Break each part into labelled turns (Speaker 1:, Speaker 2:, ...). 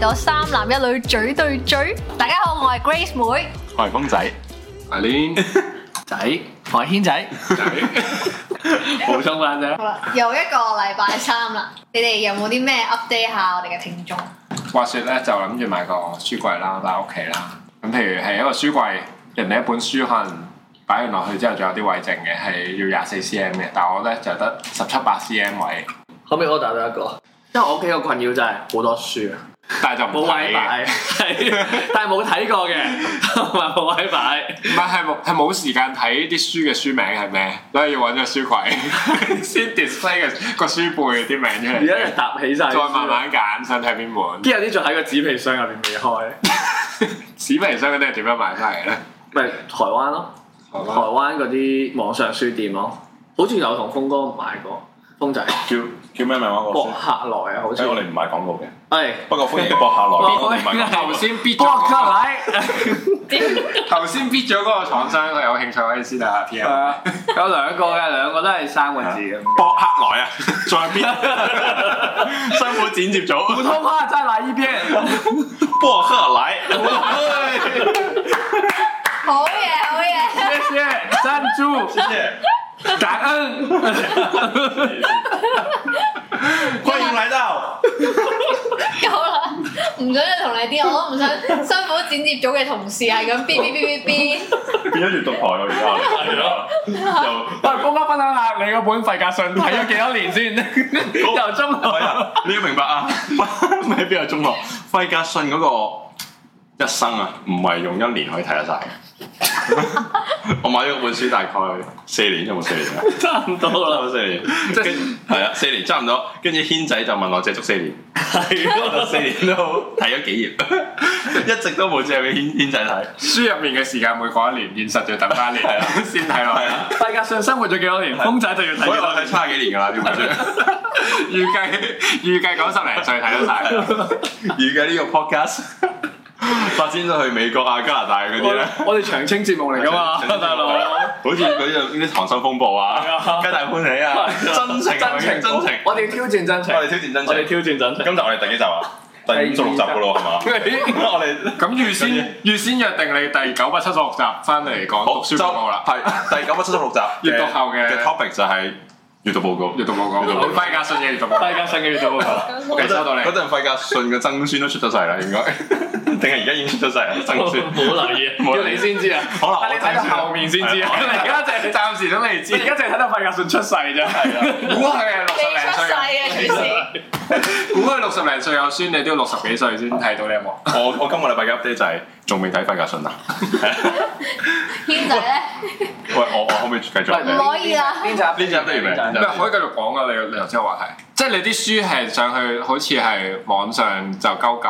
Speaker 1: 到三男一女嘴對嘴。大家好，我係 Grace 妹。
Speaker 2: 我係風仔，
Speaker 3: 阿 Lin
Speaker 4: 仔，我係軒仔，
Speaker 3: 仔，
Speaker 4: 補充翻啫
Speaker 1: 好。啦，又一個禮拜三啦，你哋有冇啲咩 update 下我哋嘅聽眾？
Speaker 3: 話説咧就諗住買個書櫃啦，擺喺屋企啦。咁譬如係一個書櫃，人哋一本書可能擺完落去之後，仲有啲位剩嘅，係要廿四 cm 嘅，但我咧就得十七八 cm 位，
Speaker 4: 可唔可以 order 到一個？因為我屋企個困擾就係好多書啊，
Speaker 3: 但係就
Speaker 4: 冇
Speaker 3: 唔睇嘅。
Speaker 4: 位擺，係，但係冇睇過嘅，同埋冇位擺，
Speaker 3: 唔係係冇係冇時間睇啲書嘅書名係咩，所以要揾個書 櫃先 display 嘅個書背啲名出
Speaker 4: 而家
Speaker 3: 嚟
Speaker 4: 就，搭起晒書
Speaker 3: 再
Speaker 4: 啦，
Speaker 3: 慢慢揀想睇邊本。
Speaker 4: 跟住有啲仲喺個紙皮箱入邊未開，
Speaker 3: 紙皮箱嗰啲係點樣買翻 嚟咧？
Speaker 4: 咪台灣咯，台灣嗰啲網上書店咯，好似有同峰哥買過，峰仔
Speaker 2: 叫叫咩名話我
Speaker 4: 博
Speaker 2: 書？
Speaker 4: 客來啊，好似
Speaker 2: 誒，我哋唔賣廣告嘅，
Speaker 4: 係
Speaker 2: 不過歡迎博客來，
Speaker 4: 博
Speaker 2: 我哋唔賣廣告
Speaker 3: 頭 先必
Speaker 4: 博客
Speaker 3: 咗。
Speaker 4: 來，
Speaker 3: 頭先 bit 咗嗰個廠商，佢有興趣可以私底下 P
Speaker 4: 係啊有兩個嘅，兩個都係三個字嘅。
Speaker 2: 博客來啊，在 邊？辛苦剪接
Speaker 4: 普
Speaker 2: 組，
Speaker 4: 通話再來一遍。
Speaker 2: 博客來，
Speaker 1: 好嘢，好嘢！
Speaker 4: 謝謝贊助，感恩。
Speaker 2: 歡迎來到。
Speaker 1: 夠啦，唔想再同你啲，我都唔想辛苦剪接組嘅同事係咁哔哔哔哔哔。
Speaker 2: 變咗閱讀台喎，而家係咯，
Speaker 4: 喂，峰哥分享下你嗰本費格遜睇咗幾多年先？由中
Speaker 2: 又係
Speaker 4: 學
Speaker 2: 啊，你要明白啊， 咪邊個中學費格遜嗰個一生啊，唔係用一年可以睇得晒 嘅。我買咗本書大概四年，有冇四年啊？
Speaker 4: 差唔多
Speaker 2: 差唔多。四年，跟係啊，四年差唔多。跟住軒仔就問我借足四年，係咯，四年都好睇咗幾頁，一直都冇借俾軒軒仔睇。
Speaker 3: 書入面嘅時間每過一年，現實就等翻一
Speaker 2: 係啊
Speaker 3: 年先睇落
Speaker 2: 係
Speaker 3: 去。
Speaker 2: 啊，
Speaker 4: 費格遜生活咗幾多年？峰仔就要睇
Speaker 2: 所以
Speaker 4: 幾
Speaker 2: 我
Speaker 4: 多
Speaker 2: 睇
Speaker 4: 年？
Speaker 2: 差幾年㗎啦，呢本書。
Speaker 3: 預計預計九十零歲睇 得晒。
Speaker 2: 預計呢個 podcast 發展咗去美國啊、加拿大嗰啲咧。啊
Speaker 4: 我我哋長青節目嚟噶嘛，大佬。
Speaker 2: 好似嗰啲呢啲溏心風暴啊，
Speaker 4: 啊
Speaker 2: 皆大歡喜啊，真情啊
Speaker 4: 真情，
Speaker 2: 真情。
Speaker 4: 我哋要挑戰真情。
Speaker 2: 我哋挑戰真情
Speaker 4: 我哋挑戰真情。
Speaker 2: 今集我哋第幾集啊？第五十六集噶咯，係嘛？我哋
Speaker 3: 咁預先
Speaker 2: 跟
Speaker 3: 預先約定你第九百七十六集翻嚟講讀書報告啦，
Speaker 2: 係第九百七十六集嘅
Speaker 3: 閱讀後嘅
Speaker 2: 嘅 topic 就係閱讀報告。
Speaker 3: 閱讀報告，
Speaker 2: 閱讀報告
Speaker 3: 費格遜嘅閱讀報告。
Speaker 4: 費格遜嘅閱讀報告。
Speaker 3: OK，收到你
Speaker 2: 嗰。陣費格遜嘅曾孫都出咗世啦，應該 定係而家已經出咗世啊？曾孫
Speaker 4: 冇留意，要你先知啊！
Speaker 2: 可能我
Speaker 4: 但你睇到
Speaker 2: 真係
Speaker 4: 後面先知啊！
Speaker 2: 係
Speaker 4: 而家就係
Speaker 3: 暫時都未知
Speaker 4: 你，而家就係睇到費格遜出世 啫。
Speaker 3: 估佢係啊六
Speaker 1: 你
Speaker 3: 十
Speaker 1: 出世
Speaker 3: 零歲，
Speaker 1: 嘅隨時。
Speaker 3: 估佢六十零歲有孫，你都要六十幾歲先睇到呢一幕。
Speaker 2: 我我今個禮拜嘅 update 就係仲未睇費格遜啊！
Speaker 1: 軒仔咧，
Speaker 2: 喂，我我可唔可以繼
Speaker 1: 唔
Speaker 2: 續？
Speaker 1: 可以啊啦
Speaker 4: 呢集呢
Speaker 2: 呢集 update 完未？
Speaker 3: 咩可以繼續講噶？你你頭先個話題，即係你啲書係上去好似係網上就鳩撳，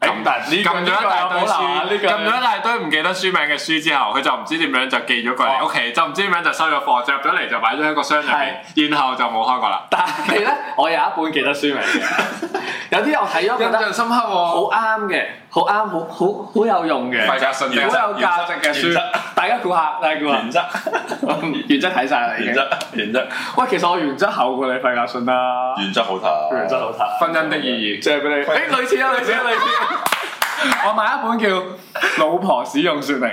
Speaker 3: 撳
Speaker 4: 但呢個
Speaker 3: 撳咗一大堆書，
Speaker 4: 啊呢個
Speaker 3: 撳咗一大堆唔記得書名嘅書之後，佢就唔知點樣就寄咗過嚟
Speaker 4: 哦
Speaker 3: 屋企，就唔知點樣就收咗貨，就入咗嚟就擺咗喺個箱入邊，然後就冇開過啦。
Speaker 4: 但係咧，我有一本記得書名嘅， 有啲我睇咗覺
Speaker 3: 印象
Speaker 4: 得
Speaker 3: 深刻
Speaker 4: 好
Speaker 3: 喎，
Speaker 4: 啱嘅，好啱，好好好有用嘅，
Speaker 3: 費
Speaker 4: 好
Speaker 3: 格遜
Speaker 2: 原則
Speaker 4: 有價值嘅
Speaker 2: 原則
Speaker 4: 書。大家估下，大家估下
Speaker 2: 原，則
Speaker 4: 原則睇晒啦已經
Speaker 2: 原。則原則
Speaker 4: 喂，其實我原則厚過你費格遜啦，
Speaker 2: 原則好睇，
Speaker 4: 原則好睇。
Speaker 3: 婚姻的意義。
Speaker 4: 借俾你。誒、類似啊，類似啊，類似 啊。我買一本叫《老婆使用說明》，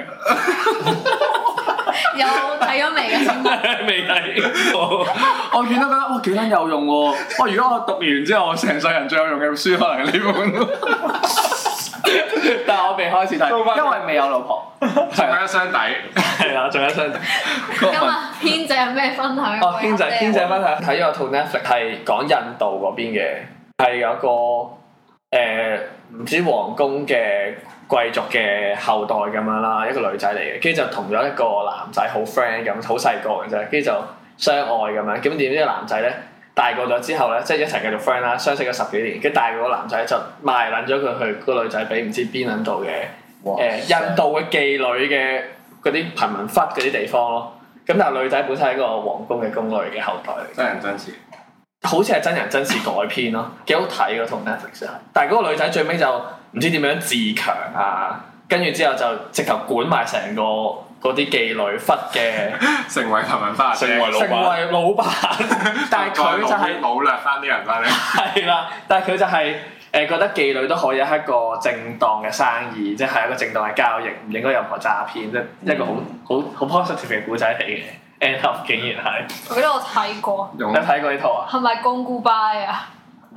Speaker 1: 有睇咗未嘅？
Speaker 4: 未睇過。我見到覺得哇幾撚有用喎！哇，如果我讀完之後，我成世人最有用嘅書可能係呢本。 但係我未開始睇，因為未有老婆。
Speaker 3: 仲
Speaker 4: 係啊
Speaker 3: 有一箱底，
Speaker 4: 係啊，仲有一身。
Speaker 1: 今日軒仔有咩分享？
Speaker 4: 哦，軒仔軒仔分享睇咗套 Netflix 係講印度嗰邊嘅，係有個誒唔、知皇宮嘅貴族嘅後代咁樣啦，一個女仔嚟嘅，跟住就同咗一個男仔好 friend 咁，好細個嘅啫，跟住就相愛咁樣，咁點知個男仔咧？大個咗之後咧，即係一齊繼續 friend 啦，相識咗十幾年，跟住大個個男仔就賣撚咗佢去個女仔俾唔知邊撚度嘅誒、印度嘅妓女嘅嗰啲貧民窟嗰啲地方咯。咁但係女仔本身係一個皇宮嘅宮女嘅後代嚟
Speaker 3: 真人真事。
Speaker 4: 嘅，好似係真人真事改編咯，幾好睇嗰套 Netflix 係。但係嗰個女仔最尾就唔知點樣自強啊，跟住之後就直頭管埋成個嗰啲妓女窟嘅，
Speaker 3: 成為貧民花，
Speaker 2: 成為老闆
Speaker 4: 成為 老闆。但係佢就係、
Speaker 3: 冇掠翻啲人翻嚟。
Speaker 4: 係啦，但係佢就係誒覺得妓女都可以係一個正當嘅生意，即係一個正當嘅交易，唔應該任何詐騙，即係一個好好好 positive 嘅故仔嚟嘅。End up 竟然係，
Speaker 1: 我記得我睇過，
Speaker 3: 用
Speaker 4: 你有睇過呢套啊？
Speaker 1: 係咪公姑巴啊？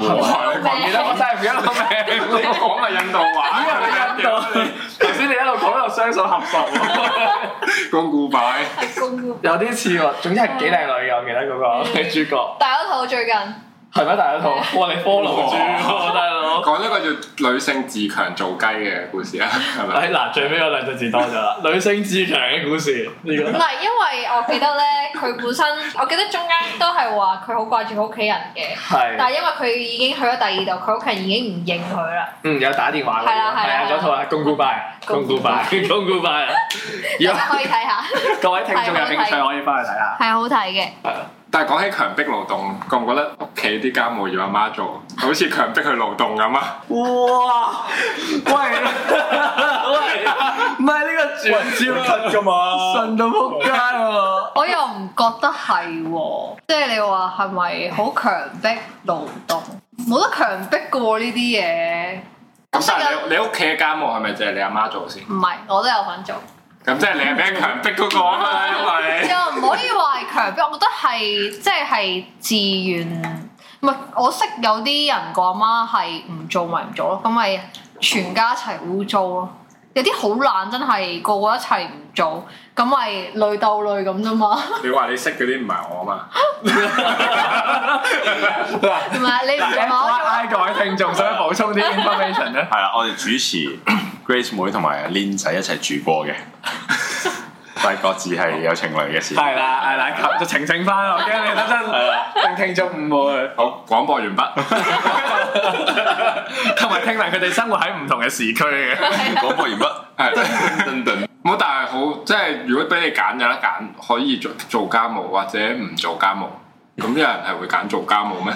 Speaker 3: 哇你講記得我真係唔記得個名，你講咪印度 話，
Speaker 4: 印度，頭先你一路講一路雙手合十喎，
Speaker 3: 光顧擺。
Speaker 1: 係公姑。
Speaker 4: 有啲似喎。總之係幾靚女嘅，我記得嗰個女主角
Speaker 1: 大嗰套最近
Speaker 4: 係咪大一套？ 哇！你 follow 住喎，大佬。
Speaker 3: 講一個叫女性自強做雞嘅故事啊，係咪？
Speaker 4: 哎嗱，最尾有兩隻字多咗 啦，女性自強嘅故事
Speaker 1: 唔
Speaker 4: 呢個。
Speaker 1: 係，因為我記得咧，佢本身我記得中間都係話佢好掛住佢屋企人嘅，但
Speaker 4: 係，
Speaker 1: 係因為佢已經去咗第二度，佢屋企人已經唔認佢 啦。
Speaker 4: 嗯，有打電話嗰個
Speaker 1: 係啦係啦
Speaker 4: 係啊，
Speaker 1: 係啦
Speaker 4: 嗰套係公姑拜，公姑拜， 公姑拜啊！如
Speaker 1: 大家
Speaker 4: 果
Speaker 1: 可以睇下，
Speaker 4: 各位聽眾有興趣，可以翻去睇下。
Speaker 1: 係好睇嘅。
Speaker 3: 但係講起強迫勞動，覺唔覺得屋企啲家務要阿媽做，好似強迫佢勞動咁啊？
Speaker 4: 哇！ 喂，喂，唔係呢個絕招
Speaker 2: 㗎嘛，
Speaker 4: 神到撲街喎！
Speaker 1: 我又唔覺得係喎，即係你話係咪好強迫勞動？冇得強迫嘅喎呢啲嘢。我
Speaker 3: 咁
Speaker 1: 識
Speaker 3: 但
Speaker 1: 有
Speaker 3: 係你你屋企嘅家務係咪就係你阿媽做先？
Speaker 1: 唔係，我都有份做。
Speaker 3: 咁即係你係俾人強迫嗰個啊 嘛，因為
Speaker 1: 又唔可以話係強迫，我覺得係即係係自願。唔係，我識有啲人個阿媽係唔做咪唔做咯，咁咪全家一齊污糟咯。有啲好懶，真係個個一齊唔做，咁咪累鬥累咁啫 嘛。
Speaker 3: 你話你識嗰啲唔係我啊嘛。
Speaker 1: 唔係你唔係我做啊，
Speaker 3: 各位聽眾想 補充啲 information
Speaker 4: 啊
Speaker 3: 咧，
Speaker 2: 係啦，我哋主持 Grace 妹同埋 Lin 仔一齊住 過嘅，但係各自係有情侶嘅事。
Speaker 4: 係啦，係 啦，就澄清翻，我驚 你等陣聽聽眾誤會，
Speaker 3: 好廣播完畢，
Speaker 4: 同埋聽聞佢哋生活喺唔同嘅時區嘅。
Speaker 2: 廣播完畢，
Speaker 3: 係。
Speaker 2: 噔噔。
Speaker 3: 咁但係好，即係如果俾你揀有得揀，可以做做家務或者唔做家務，咁有人係會揀做家務咩？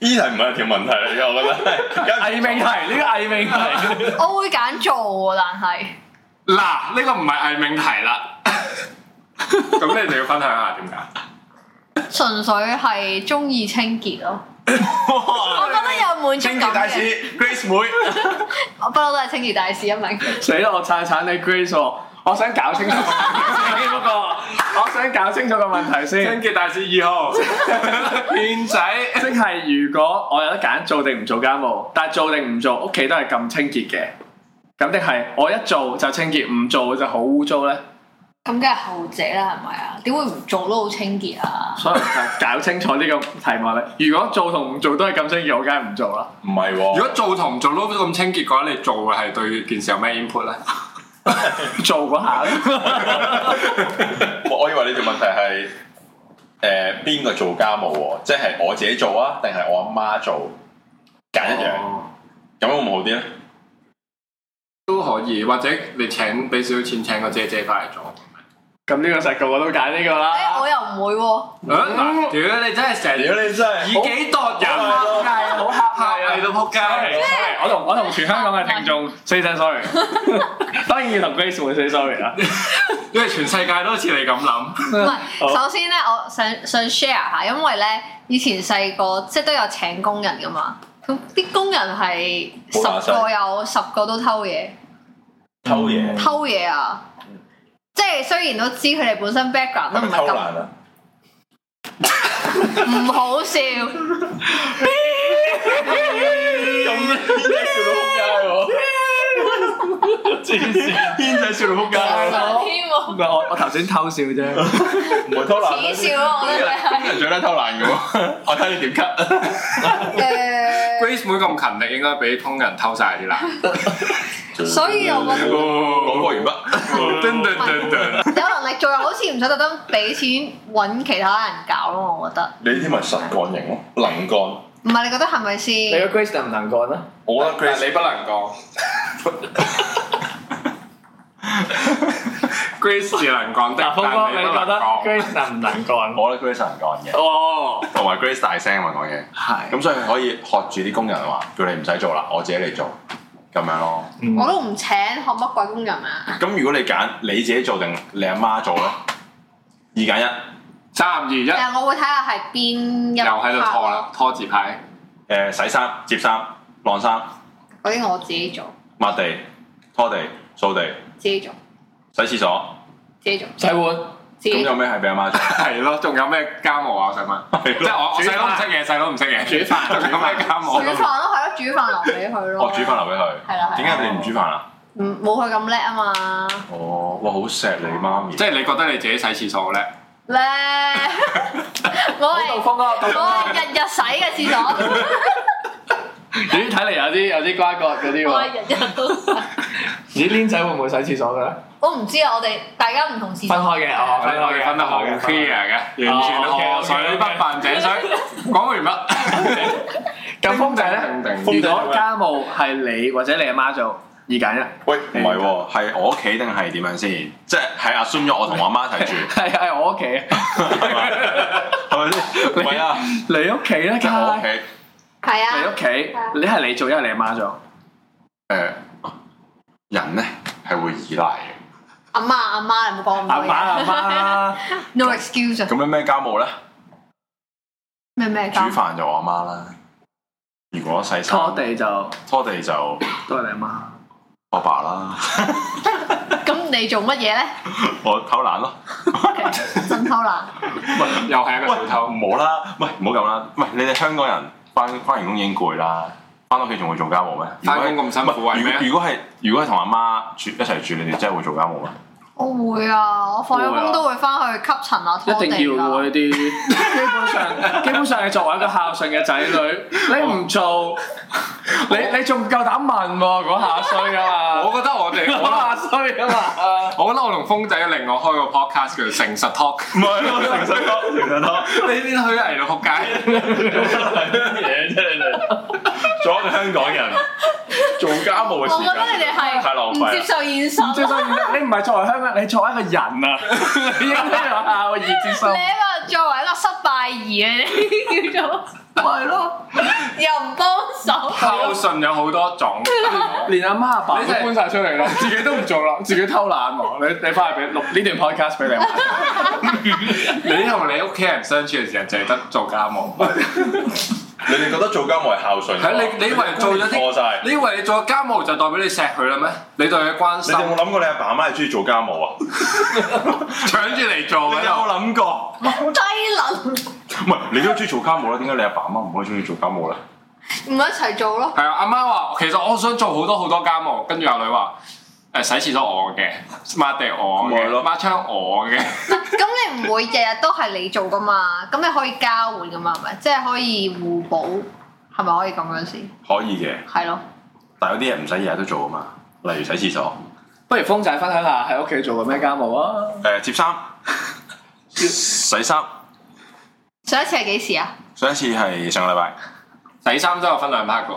Speaker 2: 依題唔係條問題嚟嘅，我覺 得係。
Speaker 4: 偽命題，呢個偽命題。
Speaker 1: 我會揀做喎，但係
Speaker 3: 嗱，呢個唔係偽命題啦。咁你哋要分享下點解？
Speaker 1: 純粹係中意清潔 咯。我覺得有滿足
Speaker 2: 清潔大
Speaker 1: 感嘅，
Speaker 2: 使 Grace 妹，
Speaker 1: 我不嬲都係清潔大使一名。
Speaker 4: 死啦！我撐撐你 Grace 喎，我想搞 清楚嗰個，我想搞清楚個問題
Speaker 3: 清
Speaker 4: 先。
Speaker 3: 潔大使二號，
Speaker 4: 片仔，即係如果我有得揀做定唔做家務，但係做定唔做，屋企都係咁清潔嘅。咁定係我一做就清潔，唔做就好污糟咧？
Speaker 1: 咁梗係後者啦，係咪啊？點會唔做都好清潔啊？
Speaker 4: 所以就搞清楚呢個題目咧。如果做同唔做都係咁清潔，我梗係唔做啦。
Speaker 2: 唔係
Speaker 3: 如
Speaker 2: 喎，
Speaker 3: 果做同唔做都咁清潔嘅話，你做嘅係對件事有咩 input 咧？
Speaker 4: 做嗰下
Speaker 2: 我我以為你條問題係誒邊個做家務喎？即係我自己做啊，定係我阿媽做？揀一樣，咁會唔會好啲咧？
Speaker 3: 都可以，或者你請俾少少錢請個姐姐翻嚟做。
Speaker 4: 咁呢個實個個都揀呢個
Speaker 1: 誒、
Speaker 4: 啦。
Speaker 1: 哎我又唔會喎、
Speaker 3: 啊嗱屌你真係成日
Speaker 2: 你真
Speaker 3: 以己度人，
Speaker 4: 好係好黑
Speaker 3: 嚇
Speaker 4: 係
Speaker 3: 你到
Speaker 4: 啊！
Speaker 3: 仆
Speaker 4: 係
Speaker 3: 街。
Speaker 4: 我同我同全香港嘅聽眾 say 聲 sorry，當然要同 Grace 會 say sorry 啦。
Speaker 3: 因為全世界都好似你咁諗，
Speaker 1: 唔係，
Speaker 4: 好
Speaker 1: 首先咧，我想想 share 下，因為咧以前細個即係都有請工人噶嘛，咁啲工人係十
Speaker 2: 好乸西
Speaker 1: 個有十個都偷嘢，
Speaker 2: 偷嘢，
Speaker 4: 嗯
Speaker 1: 偷嘢啊！即係雖然都知佢哋本身 background 都
Speaker 2: 係
Speaker 1: 唔
Speaker 2: 咪偷懶
Speaker 1: 係
Speaker 2: 啊？
Speaker 1: 咁唔好笑，
Speaker 2: 咁笑到撲街喎，
Speaker 4: 黐線，
Speaker 2: 軒仔笑到撲街
Speaker 1: 上天喎，
Speaker 4: 唔係我我頭先偷笑啫。
Speaker 2: 唔係偷懶啊
Speaker 1: 恥笑咯，我覺得你
Speaker 2: 人最叻偷懶嘅喎， 我睇你點 cut。啊
Speaker 1: 係
Speaker 3: Grace 妹咁勤力，應該俾通人偷晒啲啦。
Speaker 1: 誒，所以我覺得。
Speaker 2: 廣播完畢。
Speaker 3: 噔噔噔噔，
Speaker 1: 有能力做又好似唔使特登俾錢揾其他人搞咯，我覺得。
Speaker 2: 你呢啲咪實幹型咯，能幹。
Speaker 1: 唔係你覺得係咪
Speaker 4: 你
Speaker 1: 先？
Speaker 4: 個 Grace 能唔能幹啦？
Speaker 2: 我覺
Speaker 3: 但
Speaker 2: 得
Speaker 3: 係
Speaker 2: Grace
Speaker 3: 你不能講。Grace 是能講的，
Speaker 4: 嗱，峰哥，
Speaker 3: 但
Speaker 4: 你
Speaker 3: 你不
Speaker 4: 覺
Speaker 3: 能
Speaker 4: 得
Speaker 3: 講。
Speaker 4: Grace 能唔能幹？
Speaker 2: 我覺得 Grace 能幹嘅，
Speaker 4: 哦，
Speaker 2: 同埋 Grace 大聲嘛講嘢，
Speaker 4: 係，
Speaker 2: 咁所以佢可以學住啲工人話，叫你唔使做啦，我自己嚟做，咁樣咯。
Speaker 1: 我都唔請，學乜鬼工人啊？
Speaker 2: 咁如果你揀你自己做定你阿媽做咧，二揀一，
Speaker 3: 三二一，又
Speaker 1: 但係我會睇下係邊一
Speaker 3: 喺度拖啦，拖字牌。
Speaker 2: 誒洗衫、接衫，晾衫、
Speaker 1: 嗰啲我自己做，
Speaker 2: 抹地、拖地、掃地、
Speaker 1: 自己做，
Speaker 2: 洗廁所，
Speaker 1: 自己做，
Speaker 4: 洗碗
Speaker 1: 自
Speaker 2: 咁
Speaker 1: 己
Speaker 2: 有咩係俾阿媽做？
Speaker 3: 係咯，仲有咩家務啊？我想問，
Speaker 2: 係
Speaker 3: 即係
Speaker 2: 咯，
Speaker 3: 我我
Speaker 4: 煮
Speaker 3: 細
Speaker 4: 飯
Speaker 3: 佬唔識嘢，細佬唔識嘢，
Speaker 2: 煮飯
Speaker 3: 仲有咩家
Speaker 1: 煮
Speaker 3: 務？啊
Speaker 1: 飯咯，係咯，煮飯留俾佢咯。
Speaker 2: 我煮飯留俾佢。
Speaker 1: 係啦係啦
Speaker 2: 點解你唔煮飯啊？
Speaker 1: 唔冇佢咁叻啊嘛，
Speaker 2: 哦，哇，好錫你媽咪。
Speaker 3: 即係你覺得你自己洗廁所好叻？
Speaker 1: 叻！我
Speaker 4: 倒
Speaker 1: 係
Speaker 4: 風啦，倒
Speaker 1: 我係
Speaker 4: 風。
Speaker 1: 日日洗嘅廁所，
Speaker 4: 咦，睇嚟有啲有啲瓜葛嗰啲
Speaker 1: 我
Speaker 4: 喎
Speaker 1: 係。日日都洗。
Speaker 4: 咦，僆仔會唔會洗廁所嘅咧？
Speaker 1: 我唔知啊，我哋大家唔同廁所
Speaker 4: 分開嘅哦
Speaker 3: 我哋我哋分得好 clear 嘅，完全河水不犯井水。講完乜？
Speaker 4: 咁風仔
Speaker 3: 定定定
Speaker 4: 咧，如果家務係你或者你阿媽做，二揀一。
Speaker 2: 喂，唔係喎，係我屋企定係點樣先？即係係 assume 咗我同我阿媽一齊住，
Speaker 4: 係係我屋企，
Speaker 2: 係咪先？唔係啊，
Speaker 4: 你屋企咧，
Speaker 2: 即係我屋
Speaker 4: 家
Speaker 2: 企。
Speaker 1: 係
Speaker 4: 你
Speaker 1: 啊
Speaker 4: 屋，企，你係你做，因為你阿媽做。
Speaker 2: 誒、人咧係會依賴嘅。
Speaker 1: 阿媽阿媽，你唔好講咁
Speaker 4: 阿
Speaker 1: 多
Speaker 4: 媽
Speaker 1: 嘢。
Speaker 4: 阿
Speaker 1: No excuse 啊！
Speaker 2: 咁樣咩家務咧？
Speaker 1: 咩咩
Speaker 2: 煮
Speaker 1: 家？
Speaker 2: 飯就我阿媽啦。如果洗
Speaker 4: 媽，
Speaker 2: 衫
Speaker 4: 拖地就
Speaker 2: 拖地就
Speaker 4: 都係你阿
Speaker 2: 我爸啦。
Speaker 1: 咁你做乜嘢咧？
Speaker 2: 我偷懶咯。
Speaker 1: 真偷懶，
Speaker 3: 又係一個小
Speaker 2: 喂，
Speaker 3: 偷。
Speaker 2: 唔好啦，喂，唔好咁啦。喂，你哋香港人翻翻完工已經攰啦，翻屋企仲會做家務咩？
Speaker 3: 返工咁辛苦
Speaker 2: 唔係
Speaker 3: 為咩啊
Speaker 2: 如如果係如果係同阿媽住一齊住，你哋真係會做家務咩？
Speaker 1: 我會啊！我放咗
Speaker 4: 會啊
Speaker 1: 工都會翻去吸塵啊、拖
Speaker 4: 媽，一
Speaker 1: 地
Speaker 4: 定要喎
Speaker 1: 啊。
Speaker 4: 呢啲。 基本上，基本上你作為一個孝順嘅仔女，你唔 做，你你仲唔夠膽問喎？嗰下衰 啊嘛，
Speaker 3: 我覺得我哋，
Speaker 4: 嗰下
Speaker 3: 我
Speaker 4: 衰啊 嘛。
Speaker 3: 我覺得我同峰仔另外開個 podcast 叫誠實 talk，
Speaker 2: 唔係咯，誠實多，誠 實多。
Speaker 3: 你呢啲虛偽到仆街。
Speaker 2: 嘢啫，你 哋做一個香港人做家務嘅
Speaker 1: 我
Speaker 2: 時
Speaker 1: 覺得你
Speaker 2: 間
Speaker 1: 哋係
Speaker 2: 太浪
Speaker 1: 唔
Speaker 2: 費啦
Speaker 1: 接受現實。
Speaker 4: 最衰你唔係作為香港人，你作為一個人 啊，你應該有孝義之心
Speaker 1: 你。一個作為一個失敗兒啊，你 叫做
Speaker 4: 咪咯，
Speaker 1: 又唔幫手，
Speaker 3: 孝順有好多種，
Speaker 4: 連阿媽阿爸
Speaker 3: 你真係
Speaker 4: 晒出 嚟啦，自己都唔做啦，自己偷懶喎。你你翻去俾錄呢段 podcast 俾你啊媽。
Speaker 3: 你同你屋企人相處嘅時候就係得做家務。
Speaker 2: 你哋覺得做家務係孝順嘅話？
Speaker 3: 係你你以為做咗
Speaker 2: 錯
Speaker 3: 啲
Speaker 2: 晒，？
Speaker 3: 你以為你做家務就代表你錫佢啦咩？你對佢關
Speaker 2: 你
Speaker 3: 心，
Speaker 2: 哋有冇諗過你阿爸阿媽係中意做家務啊？
Speaker 3: 搶住嚟做
Speaker 2: 你
Speaker 3: 嘅
Speaker 2: 有冇啊諗過？
Speaker 1: 低能，
Speaker 2: 唔係，你都中意做家務啦，點解你阿爸阿媽唔可以中意做家務咧？
Speaker 1: 唔一齊做咯。
Speaker 3: 係啊，阿媽話其實我想做好多好多家務，跟住阿女話誒洗廁所我嘅，抹地我
Speaker 2: 咪係
Speaker 3: 嘅，
Speaker 2: 咯
Speaker 3: 抹窗我嘅，
Speaker 1: 咁你唔會日日都係你做噶嘛？咁你可以交換噶嘛？係咪？即係可以互補，係咪可以咁樣先？
Speaker 2: 可以嘅，
Speaker 1: 係咯，
Speaker 2: 但有啲嘢唔使日日都做啊嘛，例如洗廁所、
Speaker 4: 不如峰仔分享下喺屋企做過咩家務啊？
Speaker 2: 誒摺 衫、洗衫。
Speaker 1: 上一次係幾時啊？
Speaker 2: 上一次係上個禮拜，
Speaker 3: 洗衫都有分兩 part 個，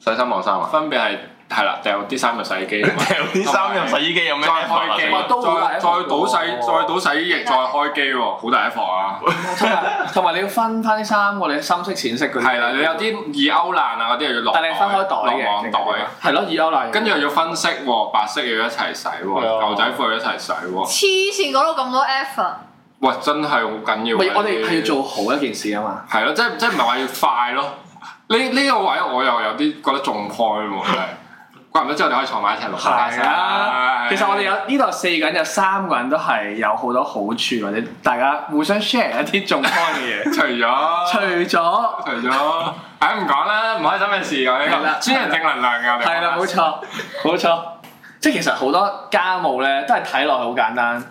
Speaker 2: 洗衫晾衫啊，
Speaker 3: 分別係係啦，掉啲衫入洗衣機，啊
Speaker 2: 掉啲衫入洗衣機有咩
Speaker 3: 再開機，
Speaker 2: 機
Speaker 3: 再
Speaker 4: 哇都好大
Speaker 3: 再
Speaker 4: 一個喎
Speaker 3: 倒洗，再倒洗衣液，再開機喎，好大一房啊！
Speaker 4: 同埋同埋你要分翻啲衫喎，你深色淺色嗰啲。
Speaker 3: 係啦，你有啲易勾爛啊嗰啲又要落，
Speaker 4: 但係你分開袋
Speaker 3: 落
Speaker 4: 嘅，
Speaker 3: 網袋。
Speaker 4: 係啊咯，二歐啦。
Speaker 3: 跟住又要分析喎，白色又要一齊洗喎，
Speaker 4: 係啊
Speaker 3: 牛仔褲又一齊洗喎，
Speaker 1: 黐線嗰度咁多 effort，
Speaker 3: 哇！真係好緊要
Speaker 4: 唔係
Speaker 3: 啊。
Speaker 4: 我哋係
Speaker 3: 呢
Speaker 4: 要
Speaker 3: 啲
Speaker 4: 做好一件事啊嘛。
Speaker 3: 係咯，即係即係唔係話要快咯？呢呢個位我又有啲覺得仲開喎，真係。怪唔得之後你可以坐埋一齊錄
Speaker 4: 係啊，
Speaker 3: podcast
Speaker 4: 其實我哋有呢度四個人，有三個人都係有好多好處，或者大家互相 share 一啲重開嘅 嘢。
Speaker 3: 除咗
Speaker 4: 除咗
Speaker 3: 除咗，唉唔講啦，唔開心嘅事我
Speaker 4: 係
Speaker 3: 呢
Speaker 4: 啦
Speaker 3: 個宣揚正能量嘅我哋。
Speaker 4: 係啊啦，冇。錯，冇錯。即係其實好多家務咧，都係睇落去好簡單，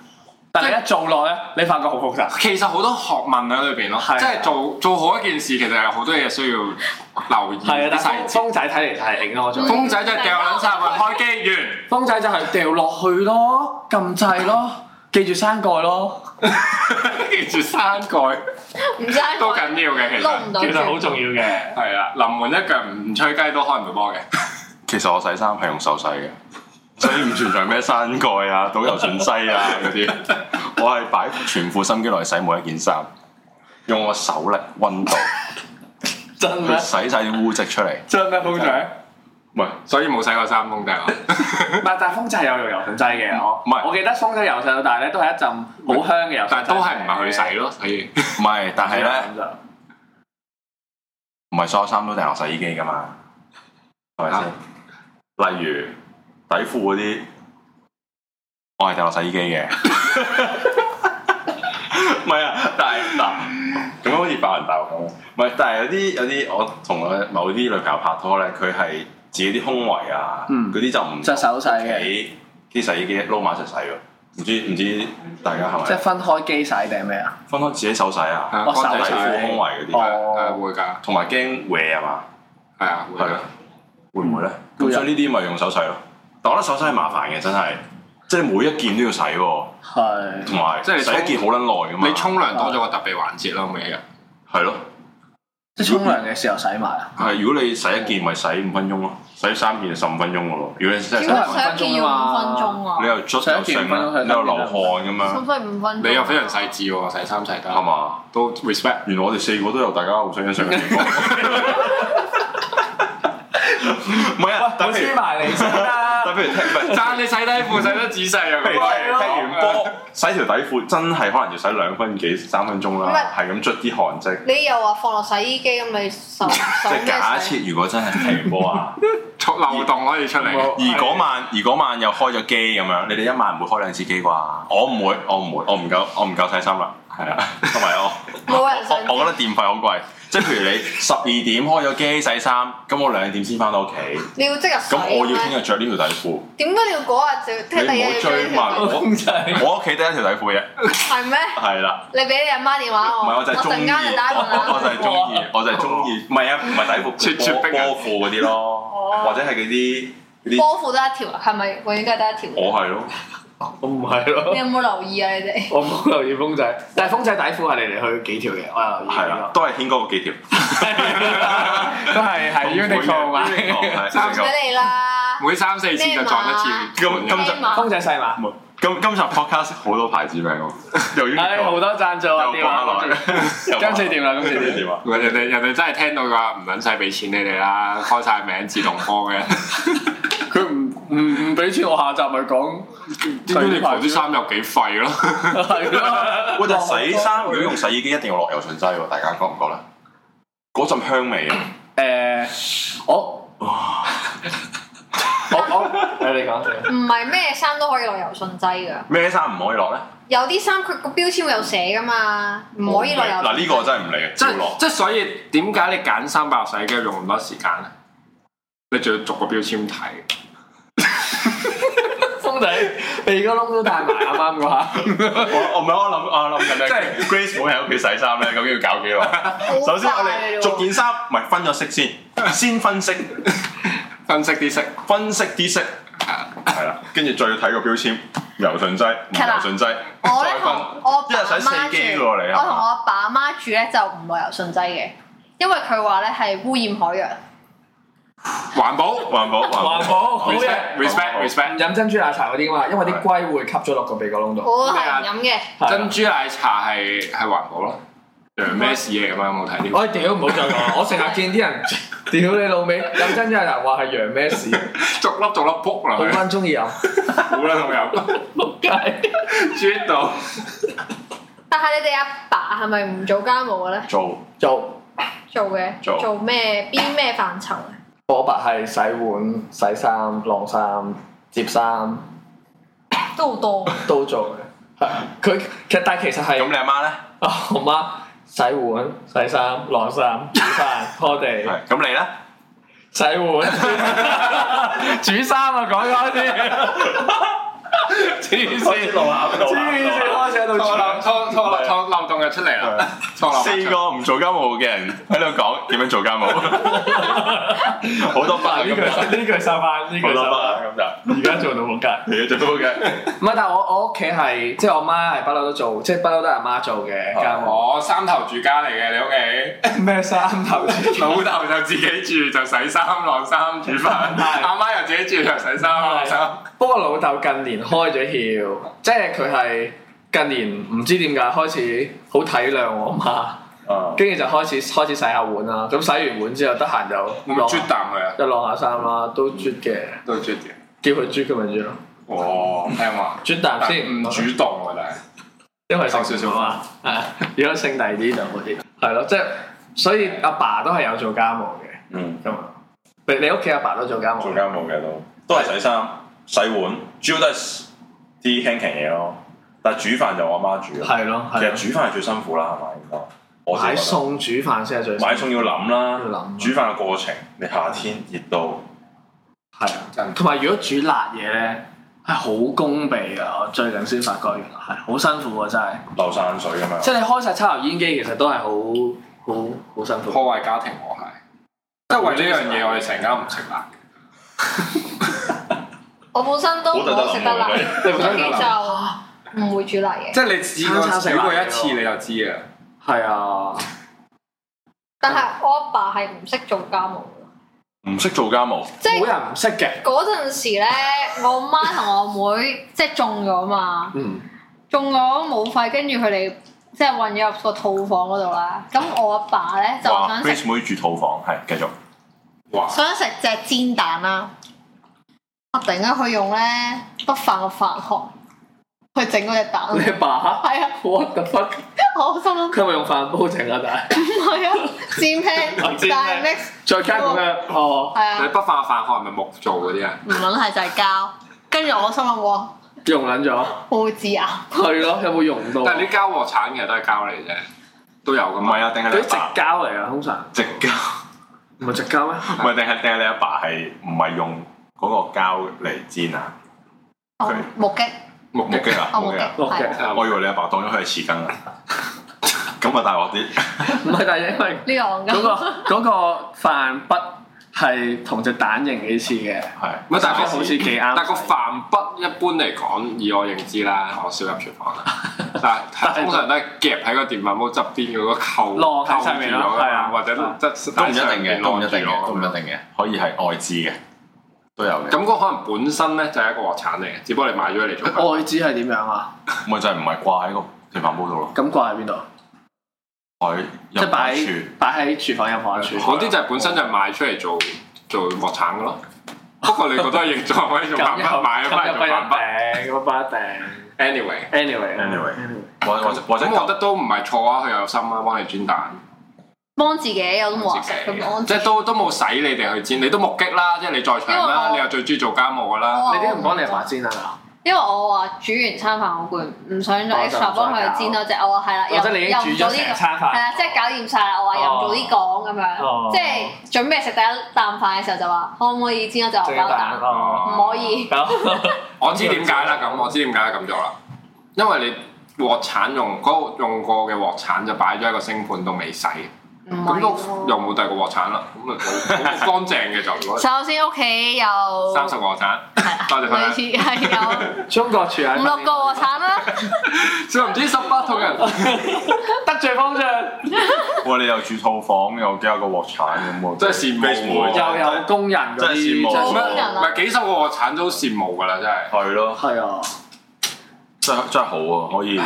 Speaker 4: 但係你一做落咧，你發覺好複雜。
Speaker 3: 其實好多學問喺裏邊咯，
Speaker 4: 係啊
Speaker 3: 即係做做好一件事，其實有好多嘢需要留意
Speaker 4: 係啊，
Speaker 3: 啲
Speaker 4: 但
Speaker 3: 細
Speaker 4: 係
Speaker 3: 節。
Speaker 4: 風仔睇嚟就係影咗咗。
Speaker 3: 風仔就掉撚晒佢開機完。
Speaker 4: 風仔就係掉落去咯，撳掣咯，記住閂蓋咯。
Speaker 3: 跟住山蓋
Speaker 1: 唔知喺
Speaker 3: 都緊要嘅，其
Speaker 1: 撈唔
Speaker 3: 實
Speaker 1: 到轉。
Speaker 4: 重要嘅。
Speaker 3: 係啦，臨門一腳唔吹雞都開唔到波嘅。
Speaker 2: 其實我洗衫係用手洗嘅，所以唔存在咩山蓋啊、倒油順西啊嗰啲。我係擺全副心機落去洗每一件衫，用我手力温度
Speaker 4: 真
Speaker 2: 去
Speaker 4: 咩？
Speaker 2: 洗晒啲污跡出嚟。
Speaker 4: 真咩？風仔？
Speaker 2: 喂，
Speaker 3: 所以冇洗過三公 仔咯。
Speaker 4: 唔係，但係風仔有用柔順劑嘅，我
Speaker 2: 唔係
Speaker 4: 我記得風仔由細到大咧都係一陣好香嘅柔順劑。
Speaker 3: 但係都係唔係去洗咯，所以
Speaker 2: 唔係，但係咧，
Speaker 4: 咁就
Speaker 2: 唔係所有衫都掟落洗衣機噶嘛。係咪先？例如底褲嗰啲，我係掉落洗衣機嘅。唔係啊，但係嗱，咁樣好似白人大學咁。唔係，但係有啲有啲，我同我某啲女朋友拍拖咧，佢係自己啲胸圍啊，
Speaker 3: 嗯
Speaker 2: 嗰啲、就唔
Speaker 4: 隻手細嘅，
Speaker 2: 喺啲洗衣機撈埋一齊洗喎。唔知唔知大家係
Speaker 4: 即係
Speaker 2: 咪
Speaker 4: 分開機洗定係咩啊？
Speaker 2: 分開自己手洗啊？
Speaker 4: 我手
Speaker 2: 底
Speaker 4: 洗
Speaker 2: 褲胸圍嗰
Speaker 4: 哦
Speaker 2: 啲，
Speaker 3: 係啊會㗎，
Speaker 2: 同埋驚搲啊嘛，
Speaker 3: 係啊會
Speaker 2: 係
Speaker 3: 㗎
Speaker 2: 啊。，會唔會咧？
Speaker 4: 會
Speaker 2: 咁
Speaker 4: 啊
Speaker 2: 所以呢啲咪用手洗咯。但我覺得手洗係麻煩嘅，真係，即係每一件都要洗喎，
Speaker 4: 係
Speaker 2: 同埋
Speaker 3: 即係你
Speaker 2: 洗
Speaker 3: 沖
Speaker 2: 一件好撚耐噶嘛。
Speaker 3: 你沖涼多咗個特別環節咯，每一日。
Speaker 2: 係咯，
Speaker 4: 即係沖涼嘅時候洗埋啊！
Speaker 2: 係如果你洗一件咪洗五分鐘咯，洗三件就十五分鐘噶咯。如果你
Speaker 1: 點
Speaker 2: 真係洗
Speaker 1: 解
Speaker 2: 得
Speaker 1: 上一件要五分鐘
Speaker 2: 你
Speaker 1: 啊？
Speaker 2: 又捽
Speaker 4: 洗
Speaker 2: 又
Speaker 4: 一件
Speaker 2: 剩
Speaker 4: 五
Speaker 2: 啦，你又
Speaker 4: 分鐘洗三件
Speaker 2: 流
Speaker 4: 啊
Speaker 2: 汗咁
Speaker 1: 使唔
Speaker 2: 樣，
Speaker 1: 使五分鐘？啊
Speaker 3: 你又非常細。緻喎，洗衫洗得
Speaker 2: 係嘛？
Speaker 3: 都 respect。
Speaker 2: 原來我哋四個都有大家互相欣賞嘅地方。唔係啊，但譬如
Speaker 4: 埋你先
Speaker 2: 但
Speaker 4: 啦
Speaker 2: 譬如踢唔 係
Speaker 3: 讚你洗底褲洗得仔細啊！
Speaker 2: 譬如
Speaker 3: 喂
Speaker 2: 踢完波，洗條底褲真係可能要洗兩分幾三分鐘
Speaker 1: 唔
Speaker 2: 啦，
Speaker 1: 係
Speaker 2: 係咁捽啲汗跡。
Speaker 1: 你又話放落洗衣機咁，你手手
Speaker 2: 即係假
Speaker 1: 咩洗？
Speaker 2: 設如果真係踢完波 啊，
Speaker 3: 出漏洞可以出嚟。
Speaker 2: 而嗰晚而嗰晚又開咗機咁樣，你哋一晚唔會開兩次機啩？我唔會，我唔會，我唔夠，我唔夠細心啦。係啊，同埋我
Speaker 1: 冇啊人想
Speaker 2: 我我覺得電費好貴，即係譬如你十二點開咗機洗衫，咁我兩點先翻到屋企，
Speaker 1: 你要即日洗
Speaker 2: 咁我要聽
Speaker 1: 咩？
Speaker 2: 日着呢條底褲。
Speaker 1: 點解你要嗰日就聽第
Speaker 2: 你唔
Speaker 1: 二
Speaker 2: 好
Speaker 1: 日
Speaker 2: 追問我
Speaker 4: 公仔，
Speaker 2: 我屋企得一條底褲啫，
Speaker 1: 係咩？
Speaker 2: 係啦。
Speaker 1: 你俾你阿媽電話我，
Speaker 2: 唔係，我
Speaker 1: 哦我
Speaker 2: 就係中
Speaker 1: 陣
Speaker 2: 意，
Speaker 1: 間就打
Speaker 2: 我
Speaker 1: 個
Speaker 2: 我
Speaker 1: 啦。
Speaker 2: 就係中意，我就係中意，唔係啊，哦唔係底 褲，
Speaker 3: 雪雪
Speaker 2: 波
Speaker 3: 碧啊
Speaker 2: 波褲嗰啲咯，或者係嗰啲嗰
Speaker 1: 哦
Speaker 2: 啲，
Speaker 1: 波褲得一條，係咪永遠都係得一條？
Speaker 2: 我係咯，
Speaker 4: 我唔係咯
Speaker 1: 你，有冇留意啊？你哋
Speaker 4: 我冇留意風仔，但係風仔底褲係嚟嚟去幾條嘅，我有留意
Speaker 2: 係啊
Speaker 4: 呢
Speaker 2: 啦，
Speaker 4: 個。
Speaker 2: 都係軒哥嗰幾 條，
Speaker 4: 都係係 Uniqlo
Speaker 2: 啊
Speaker 4: 買
Speaker 2: 係
Speaker 3: 三
Speaker 2: 係
Speaker 1: 俾你啦。
Speaker 3: 每三四次就撞一次。
Speaker 2: 咁咁就
Speaker 1: 聽晚
Speaker 4: 風仔細碼，
Speaker 2: 咁今集 podcast 好多牌子名喎， 又要
Speaker 4: 唉好
Speaker 2: 又
Speaker 4: 多贊助啊！
Speaker 2: 講
Speaker 4: 電話
Speaker 2: 得耐，
Speaker 4: 今次掂啦，今次
Speaker 2: 今次
Speaker 4: 掂。
Speaker 2: 點啊？
Speaker 3: 人哋人哋真係聽到㗎，唔撚使俾錢你哋啦，開晒名自動波嘅。
Speaker 4: 佢唔唔唔俾錢，我下集咪講
Speaker 3: 啲啲衫有幾廢咯？
Speaker 4: 係咯。
Speaker 2: 喂，但洗衫如果用洗衣機一定要落柔順劑喎，大家覺唔覺咧？嗰陣香味 啊，
Speaker 4: 誒， 我我我誒，你講先。
Speaker 1: 唔係咩衫都可以落柔順劑㗎，
Speaker 2: 咩衫唔可以落咧？
Speaker 1: 有啲衫佢個標籤有寫㗎嘛，唔可以落柔順劑。
Speaker 2: 哦嗱呢個我真係唔理嘅，
Speaker 3: 即
Speaker 2: 照落。
Speaker 3: 即所以點解你揀三百六洗機用咁多時間咧？你仲要逐個標籤睇，
Speaker 4: 風仔鼻哥窿都帶埋，啱啱嗰下。
Speaker 2: 我我唔係我諗我諗緊咧，
Speaker 3: 即係
Speaker 2: Grace 冇喺屋企洗衫咧，咁要搞幾耐？
Speaker 1: 好啊
Speaker 2: 首先我
Speaker 1: 快
Speaker 2: 哋
Speaker 1: 㗎
Speaker 2: 逐
Speaker 1: 喎
Speaker 2: 件衫，唔係分咗色先， 先分析
Speaker 3: 分析啲色。
Speaker 2: 分析啲色，係啦，跟住再睇個標籤，柔順劑唔
Speaker 1: 係啦
Speaker 2: 柔順劑，
Speaker 1: 我咧
Speaker 2: 再
Speaker 1: 同
Speaker 2: 分。
Speaker 1: 我
Speaker 2: 一日
Speaker 1: 爸
Speaker 2: 洗四
Speaker 1: 媽
Speaker 2: 機㗎喎你
Speaker 1: 住，
Speaker 2: 係
Speaker 1: 我
Speaker 2: 嘛
Speaker 1: 同我阿爸媽住咧就唔落柔順劑嘅，因為佢話咧係污染海洋。
Speaker 3: 環保
Speaker 2: 環保
Speaker 4: 環保哦好嘢
Speaker 3: ，respect respect
Speaker 4: 唔
Speaker 3: respect。
Speaker 4: 飲珍珠奶茶嗰啲嘛，因為啲龜會吸咗落個鼻哥窿度。啊
Speaker 1: 我係唔飲
Speaker 2: 啊
Speaker 1: 嘅，
Speaker 3: 珍珠奶茶係係環保咯，羊咩事嚟㗎嘛？有冇睇呢個？
Speaker 4: 我哎屌唔好再講，我成日見啲人 屌你老味，飲珍珠奶茶話係羊咩屎，
Speaker 3: 逐粒逐粒卜落
Speaker 4: 好
Speaker 3: 去，
Speaker 4: 撚中 意飲，
Speaker 3: 好啦，咁有
Speaker 4: 仆街！
Speaker 3: 啜到。
Speaker 1: 但係你哋阿爸係咪唔做家務嘅咧？
Speaker 2: 做
Speaker 4: 做
Speaker 1: 做嘅，
Speaker 2: 做
Speaker 1: 做咩邊咩範疇啊？
Speaker 4: 我白係洗碗、洗衫、晾衫、摺衫
Speaker 1: 都好多。
Speaker 4: 都做嘅。係佢其實但係其實係
Speaker 2: 咁你阿媽咧？
Speaker 4: 啊，我媽洗碗、洗衫、晾衫、煮飯、拖 地、
Speaker 2: 係咁你咧？
Speaker 4: 洗碗、 煮衫啊！講講先，黐線，黐線開始喺度
Speaker 3: 錯漏
Speaker 4: 煮。
Speaker 3: 錯錯錯漏洞就出嚟啦， 錯漏
Speaker 2: 四個唔做家務嘅人喺度講點樣 做家務，好多筆啊
Speaker 4: 呢句
Speaker 2: 咁樣，
Speaker 4: 呢句收翻，呢句
Speaker 2: 好多
Speaker 4: 收
Speaker 2: 筆
Speaker 4: 翻
Speaker 2: 啊。咁
Speaker 4: 而家做到冇計。
Speaker 2: 就，你做好嘅，
Speaker 4: 唔係，但係我我屋企係即係我媽係不嬲都做，即係不嬲都係阿媽做嘅家務。
Speaker 3: 我哦三頭住家嚟嘅，你屋企。
Speaker 4: 咩衫頭先？
Speaker 3: 老豆就自己住就洗衫晾衫煮飯，
Speaker 4: 係
Speaker 3: 阿媽又自己住就洗衫晾衫。
Speaker 4: 不過老豆近年開咗竅，即係佢係近年唔知點解開始好體諒我媽，
Speaker 2: 啊
Speaker 4: 跟住就開始開始洗下碗啦。咁洗完碗之後，得閒就
Speaker 3: 會唔會
Speaker 4: 晾
Speaker 3: 啜啖佢啊？
Speaker 4: 就晾下衫啦，都啜嘅，
Speaker 3: 都啜嘅。
Speaker 4: 叫佢啜佢咪啜咯，
Speaker 3: 哦，聽話。
Speaker 4: 啜啖
Speaker 3: 但
Speaker 4: 先，
Speaker 3: 唔主動喎，但係。
Speaker 4: 因為食少少啊嘛，係啊如果性第二啲就好啲，係咯，即係所以阿爸都係有做家務嘅
Speaker 2: 嗯，
Speaker 4: 咁啊。你你屋企阿爸都做家務
Speaker 5: 做，家務嘅都都係洗衫、洗碗，主要都係啲輕型嘢咯。但係煮飯就我阿媽煮嘅，
Speaker 4: 係咯，
Speaker 5: 其實
Speaker 4: 係咯
Speaker 5: 煮飯係最辛苦啦，係咪應該？我自己覺
Speaker 4: 買
Speaker 5: 得
Speaker 4: 餸煮飯先係最
Speaker 5: 買餸要諗
Speaker 4: 要諗啊
Speaker 5: 啦，煮飯嘅過程，你夏天熱到
Speaker 4: 係啊，同埋如果煮辣嘢咧係好攻鼻啊！我最近先發覺原來係好辛苦啊，真係，
Speaker 5: 流散水咁樣。
Speaker 4: 即係你開晒抽油煙機，其實都係好好好辛苦。
Speaker 3: 破壞家庭和諧。即係為呢樣嘢，我哋成家唔食辣。
Speaker 1: 我本身都唔好食得辣，
Speaker 5: 我
Speaker 1: 所以就唔會煮辣嘢。
Speaker 3: 即係你試過
Speaker 4: 餐餐食
Speaker 3: 煮
Speaker 4: 辣
Speaker 3: 過
Speaker 4: 嘢
Speaker 3: 一次你就知啊。
Speaker 4: 係啊，
Speaker 1: 但係我阿爸係唔識做家務嘅，
Speaker 2: 唔識做家務，
Speaker 1: 即
Speaker 4: 冇
Speaker 1: 係
Speaker 4: 人唔識嘅。
Speaker 1: 嗰陣時咧，我媽同我妹即係中咗嘛。
Speaker 4: 嗯，
Speaker 1: 中咗冇肺，跟住佢哋即係混咗入個套房嗰度啦。咁我阿爸咧就
Speaker 2: 哇
Speaker 1: 想食
Speaker 2: ！Grace 妹住套房，係繼續。
Speaker 3: 哇！
Speaker 1: 想食隻煎蛋啦。我突然間佢用咧不飯嘅飯殼去整嗰隻蛋，
Speaker 4: 你阿爸
Speaker 1: 係啊，
Speaker 4: ，what the fuck？
Speaker 1: 我心諗
Speaker 4: 佢係咪用飯煲整啊？但係
Speaker 1: 唔係啊，煎
Speaker 4: 我
Speaker 1: pan
Speaker 4: 煎 pan
Speaker 1: 但係 mix
Speaker 4: 再加咁樣，哦，
Speaker 1: 係
Speaker 3: 你
Speaker 1: 啊，
Speaker 3: 不化飯殼係咪木做嗰啲啊？
Speaker 1: 唔撚係就係膠。跟住我心諗，哇，啊
Speaker 4: 用撚咗，
Speaker 1: 會唔會致癌？
Speaker 4: 係咯，有冇用到？
Speaker 3: 但係啲膠鑊鏟其實都係膠嚟啫，都有噶
Speaker 2: 唔
Speaker 3: 嘛。
Speaker 2: 係啊，定係你
Speaker 4: 佢
Speaker 2: 阿
Speaker 4: 啲直
Speaker 2: 爸
Speaker 4: 膠嚟啊，通常
Speaker 2: 直 膠？
Speaker 4: 唔係直膠咩？
Speaker 2: 唔係定係定係你阿爸係唔係用嗰個膠嚟煎啊？
Speaker 1: 我
Speaker 2: 佢
Speaker 1: 目擊，
Speaker 3: 木
Speaker 2: 木擊
Speaker 3: 嘅，
Speaker 2: 啊！
Speaker 1: 我
Speaker 2: 木
Speaker 1: 目
Speaker 2: 擊啊！
Speaker 1: 擊，
Speaker 4: 目擊
Speaker 1: 係啊
Speaker 2: 我以為你阿爸當咗佢係匙羹啊！ 咁啊大鑊啲，
Speaker 4: 唔係，但係因為
Speaker 1: 呢個戇
Speaker 4: 嗰、
Speaker 1: 鳩。
Speaker 4: 個嗰、個飯筆係同隻蛋形幾似嘅，
Speaker 2: 係
Speaker 3: 唔係但
Speaker 4: 所以
Speaker 3: 係
Speaker 4: 好
Speaker 3: 好
Speaker 4: 似
Speaker 3: 似，
Speaker 4: 幾啱。
Speaker 3: 但係個飯筆一般嚟講，以我認知啦，我少入廚 房啦。但係通常都係夾喺個電飯煲側邊嗰個扣
Speaker 4: 晾喺
Speaker 3: 扣
Speaker 4: 上面
Speaker 3: 住
Speaker 4: 咯
Speaker 3: 咗㗎
Speaker 4: 係啊
Speaker 3: 嘛或者
Speaker 4: 啊
Speaker 3: 即係
Speaker 2: 都唔一定嘅，
Speaker 3: 喺上面
Speaker 2: 都唔一定
Speaker 3: 晾
Speaker 2: 嘅，
Speaker 3: 住
Speaker 2: 都唔
Speaker 3: 咗
Speaker 2: 一定嘅，可以係外置嘅，都有嘅。
Speaker 3: 咁嗰個可能本身咧就係一個鑊鏟嚟嘅，只不過你買咗嚟做飯。
Speaker 4: 外紙係點樣啊？
Speaker 2: 咪就係唔係掛喺個電飯煲度咯，
Speaker 4: 咁掛喺邊度？
Speaker 2: 喺入
Speaker 4: 即係擺
Speaker 2: 擺處。
Speaker 4: 擺喺廚房啊任何一處。
Speaker 3: 嗰啲就係本身就係賣出嚟做做鑊鏟嘅咯。不過你覺得係認咗可以做飯筆，買咗翻嚟做飯筆。
Speaker 4: 咁不一定，咁不一定。
Speaker 3: Anyway，
Speaker 4: Anyway，
Speaker 2: Anyway 或或者或者
Speaker 3: 咁我覺得都唔係錯啊，佢有心啊，幫你煎蛋。
Speaker 1: 幫自己我都冇話食，啊咁安
Speaker 3: 即係都都冇使你哋去煎，你都目擊啦，即係你在場啦，
Speaker 1: 因為我哦
Speaker 3: 你又最中意做家務噶啦。
Speaker 1: 我
Speaker 4: 你點解唔幫你阿爸煎啊？
Speaker 1: 因為我話煮完餐飯好攰，唔想再
Speaker 4: 哦就唔
Speaker 1: extra 幫佢
Speaker 4: 再搞
Speaker 1: 煎多隻，我話係啦，
Speaker 4: 或者你已
Speaker 1: 又
Speaker 4: 經
Speaker 1: 唔
Speaker 4: 煮
Speaker 1: 早
Speaker 4: 咗
Speaker 1: 啲
Speaker 4: 成
Speaker 1: 講，
Speaker 4: 餐
Speaker 1: 係啦，
Speaker 4: 飯？
Speaker 1: 即係搞掂晒啦，我話又唔早啲講咁
Speaker 4: 哦
Speaker 1: 樣，即係準備食第一啖飯嘅時候就話可唔可以煎多隻
Speaker 4: 整
Speaker 1: 牛包
Speaker 4: 蛋
Speaker 1: 蛋？
Speaker 4: 哦。
Speaker 1: 唔可以，
Speaker 3: 我知點解啦，咁我知點解咁做啦，因為你鑊鏟用嗰個用過嘅鑊鏟就擺咗喺個星盤度未洗，
Speaker 1: 唔
Speaker 3: 咁
Speaker 1: 係
Speaker 3: 都又
Speaker 1: 咯。
Speaker 3: 冇第二個鑊鏟啦，咁啊好好乾淨嘅就如果
Speaker 1: 首先屋企有
Speaker 3: 三十個鑊鏟，多謝
Speaker 1: 類似
Speaker 3: 佢。
Speaker 1: 係有
Speaker 4: 中國廚
Speaker 1: 五
Speaker 4: 藝
Speaker 1: 六個鑊鏟啦，
Speaker 3: 少林寺十八 銅人，
Speaker 4: 得罪方丈，
Speaker 2: 哇！啊你又住套房，又幾有個鑊鏟咁喎，
Speaker 3: 真係羨慕喎。
Speaker 4: 又有工人嗰
Speaker 2: 真係
Speaker 4: 啲
Speaker 2: 羨慕
Speaker 1: 工
Speaker 3: 咩
Speaker 1: 人
Speaker 3: 唔
Speaker 1: 啊
Speaker 3: 係幾十個鑊鏟都羨慕㗎啦，真係。
Speaker 2: 係咯，
Speaker 4: 係啊，
Speaker 2: 真係真係好啊！可以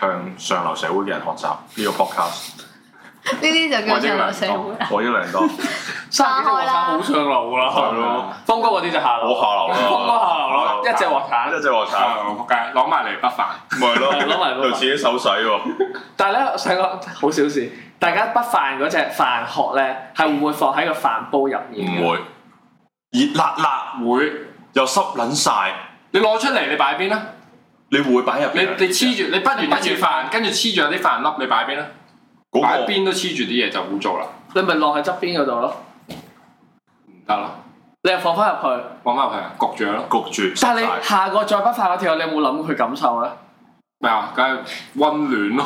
Speaker 2: 向上流社會嘅人學習呢個 podcast，
Speaker 1: 呢啲就叫上流社會啦。
Speaker 2: 我啲良多，
Speaker 4: 三幾隻鑊鏟好上流啦，
Speaker 2: 係咯，
Speaker 4: 峰哥嗰啲就下流，
Speaker 2: 我哦下流啦，
Speaker 4: 峰哥下流啦，一隻鑊
Speaker 2: 一
Speaker 4: 鏟。
Speaker 2: 隻鑊鏟，
Speaker 3: 啊！仆街，攞埋嚟不凡。
Speaker 2: 咪咯，
Speaker 4: 係攞埋
Speaker 2: 就自己手洗喎，
Speaker 4: 但係咧，我想講好小事，大家不飯嗰隻飯殼咧，係會唔會放喺個飯煲入面嘅？
Speaker 2: 唔會熱辣辣
Speaker 3: 會，
Speaker 2: 又濕撚晒，
Speaker 3: 你攞出嚟，你擺邊啊啦？
Speaker 2: 你會擺入
Speaker 3: 你
Speaker 2: 邊啊？
Speaker 3: 你黐住，你不完一住飯，跟住黐住有啲飯粒，你擺邊啦？擺
Speaker 2: 嗰個
Speaker 3: 邊都黐住啲嘢就污糟啦，
Speaker 4: 你咪落喺側邊嗰度咯，
Speaker 3: 唔得咯，
Speaker 4: 你又放翻入去。
Speaker 3: 放翻入去啊焗住咯。
Speaker 2: 焗住，
Speaker 4: 但
Speaker 2: 濕
Speaker 4: 係
Speaker 2: 晒
Speaker 4: 你下個再不發嗰條，你有冇諗過佢感受咧？
Speaker 3: 咩啊？梗係温暖咯，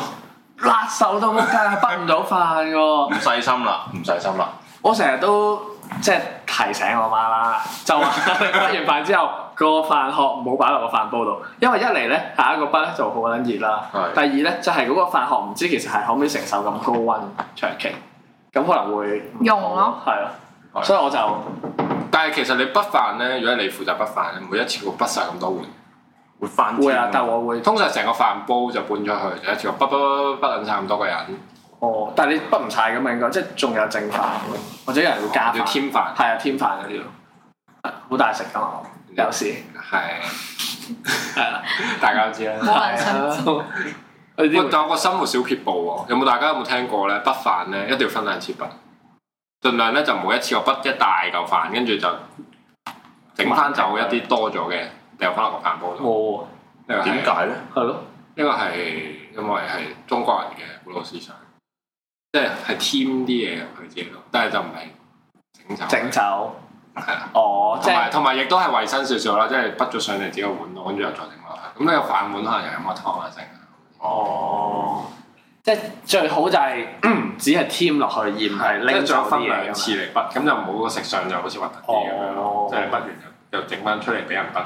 Speaker 4: 辣手到仆街，係畢唔到飯嘅喎。
Speaker 2: 唔細心啦，唔細心啦。
Speaker 4: 我成日都即係提醒我媽啦，就話 你畢完飯之後，個飯殼唔好擺落個飯煲度，因為一嚟咧下一個筆咧就好撚熱啦，
Speaker 2: 係
Speaker 4: 第二咧就係嗰個飯殼唔知其實係可唔可以承受咁高温長期，咁可能會
Speaker 1: 用咯，
Speaker 4: 係咯，
Speaker 2: 係
Speaker 4: 所以我就
Speaker 3: 但係其實你不飯咧，如果你負責不飯，你每一次過不晒咁多碗，
Speaker 2: 會翻
Speaker 4: 會啊，但
Speaker 2: 但
Speaker 4: 我會
Speaker 3: 通常成個飯煲就搬咗去，就一次過不不不不撚晒咁多個人，
Speaker 4: 哦，但係你畢唔晒咁嘛應該，即係仲有剩飯，或者有人會加
Speaker 3: 要
Speaker 4: 飯。
Speaker 3: 添飯，
Speaker 4: 係啊，添飯嗰啲咯，係好大食噶嘛，有時
Speaker 3: 係
Speaker 4: 係啦，
Speaker 3: 大家都知啦。
Speaker 1: 冇人 想
Speaker 4: 啊
Speaker 1: 知。
Speaker 4: 我哋
Speaker 3: 喂，
Speaker 4: 啲
Speaker 3: 但有個生活小撇步喎，有冇大家有冇聽過咧？不飯咧一定要分兩次筆，盡量咧就唔好一次過畢一大嚿飯，跟住就整翻走一啲多咗嘅，掉翻落個飯煲度。
Speaker 4: 冇喎，
Speaker 3: 呢個係
Speaker 5: 點解咧？
Speaker 4: 係咯，
Speaker 3: 呢個係因為係中國人嘅古老思想，即係係添啲嘢入去自己度，但係就唔係整走。
Speaker 4: 整走
Speaker 3: 係啊，
Speaker 4: 哦，即
Speaker 3: 同埋
Speaker 4: 係
Speaker 3: 同埋亦都係衞生少少啦，即係畢咗上嚟自己個碗度，跟住又再整落去。咁呢個飯碗可能又飲個湯啊剩啊。
Speaker 4: 哦，即係最好就係嗯只係添落去，而唔係
Speaker 3: 即係
Speaker 4: 拎
Speaker 3: 最好
Speaker 4: 走
Speaker 3: 分
Speaker 4: 啲嘢
Speaker 3: 兩次
Speaker 4: 咁樣。
Speaker 3: 嚟畢，咁就唔好個食相就好似核突啲咁樣
Speaker 4: 哦
Speaker 3: 咯，即係畢完又又整翻出嚟俾人畢咁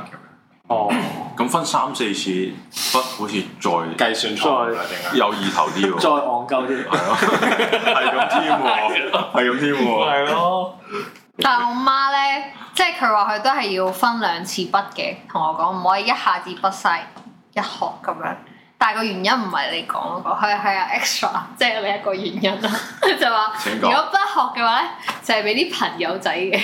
Speaker 4: 哦，
Speaker 2: 咁分三四次，不好似再
Speaker 3: 樣，計算錯啦定係。
Speaker 2: 有意頭啲
Speaker 4: 再
Speaker 2: 喎，
Speaker 4: 戇鳩啲。
Speaker 2: 係咯，係咁添喎，係咁添喎，
Speaker 4: 係咯，
Speaker 1: 但係我媽咧，即係佢話佢都係要分兩次筆嘅，同我講唔可以一下子筆晒一殼咁樣。但係個原因唔係你講嗰個，係係啊 extra，即係另一個原因啦。啊 就話
Speaker 2: 請講
Speaker 1: 如果筆殼嘅話咧，就係俾啲朋友仔嘅。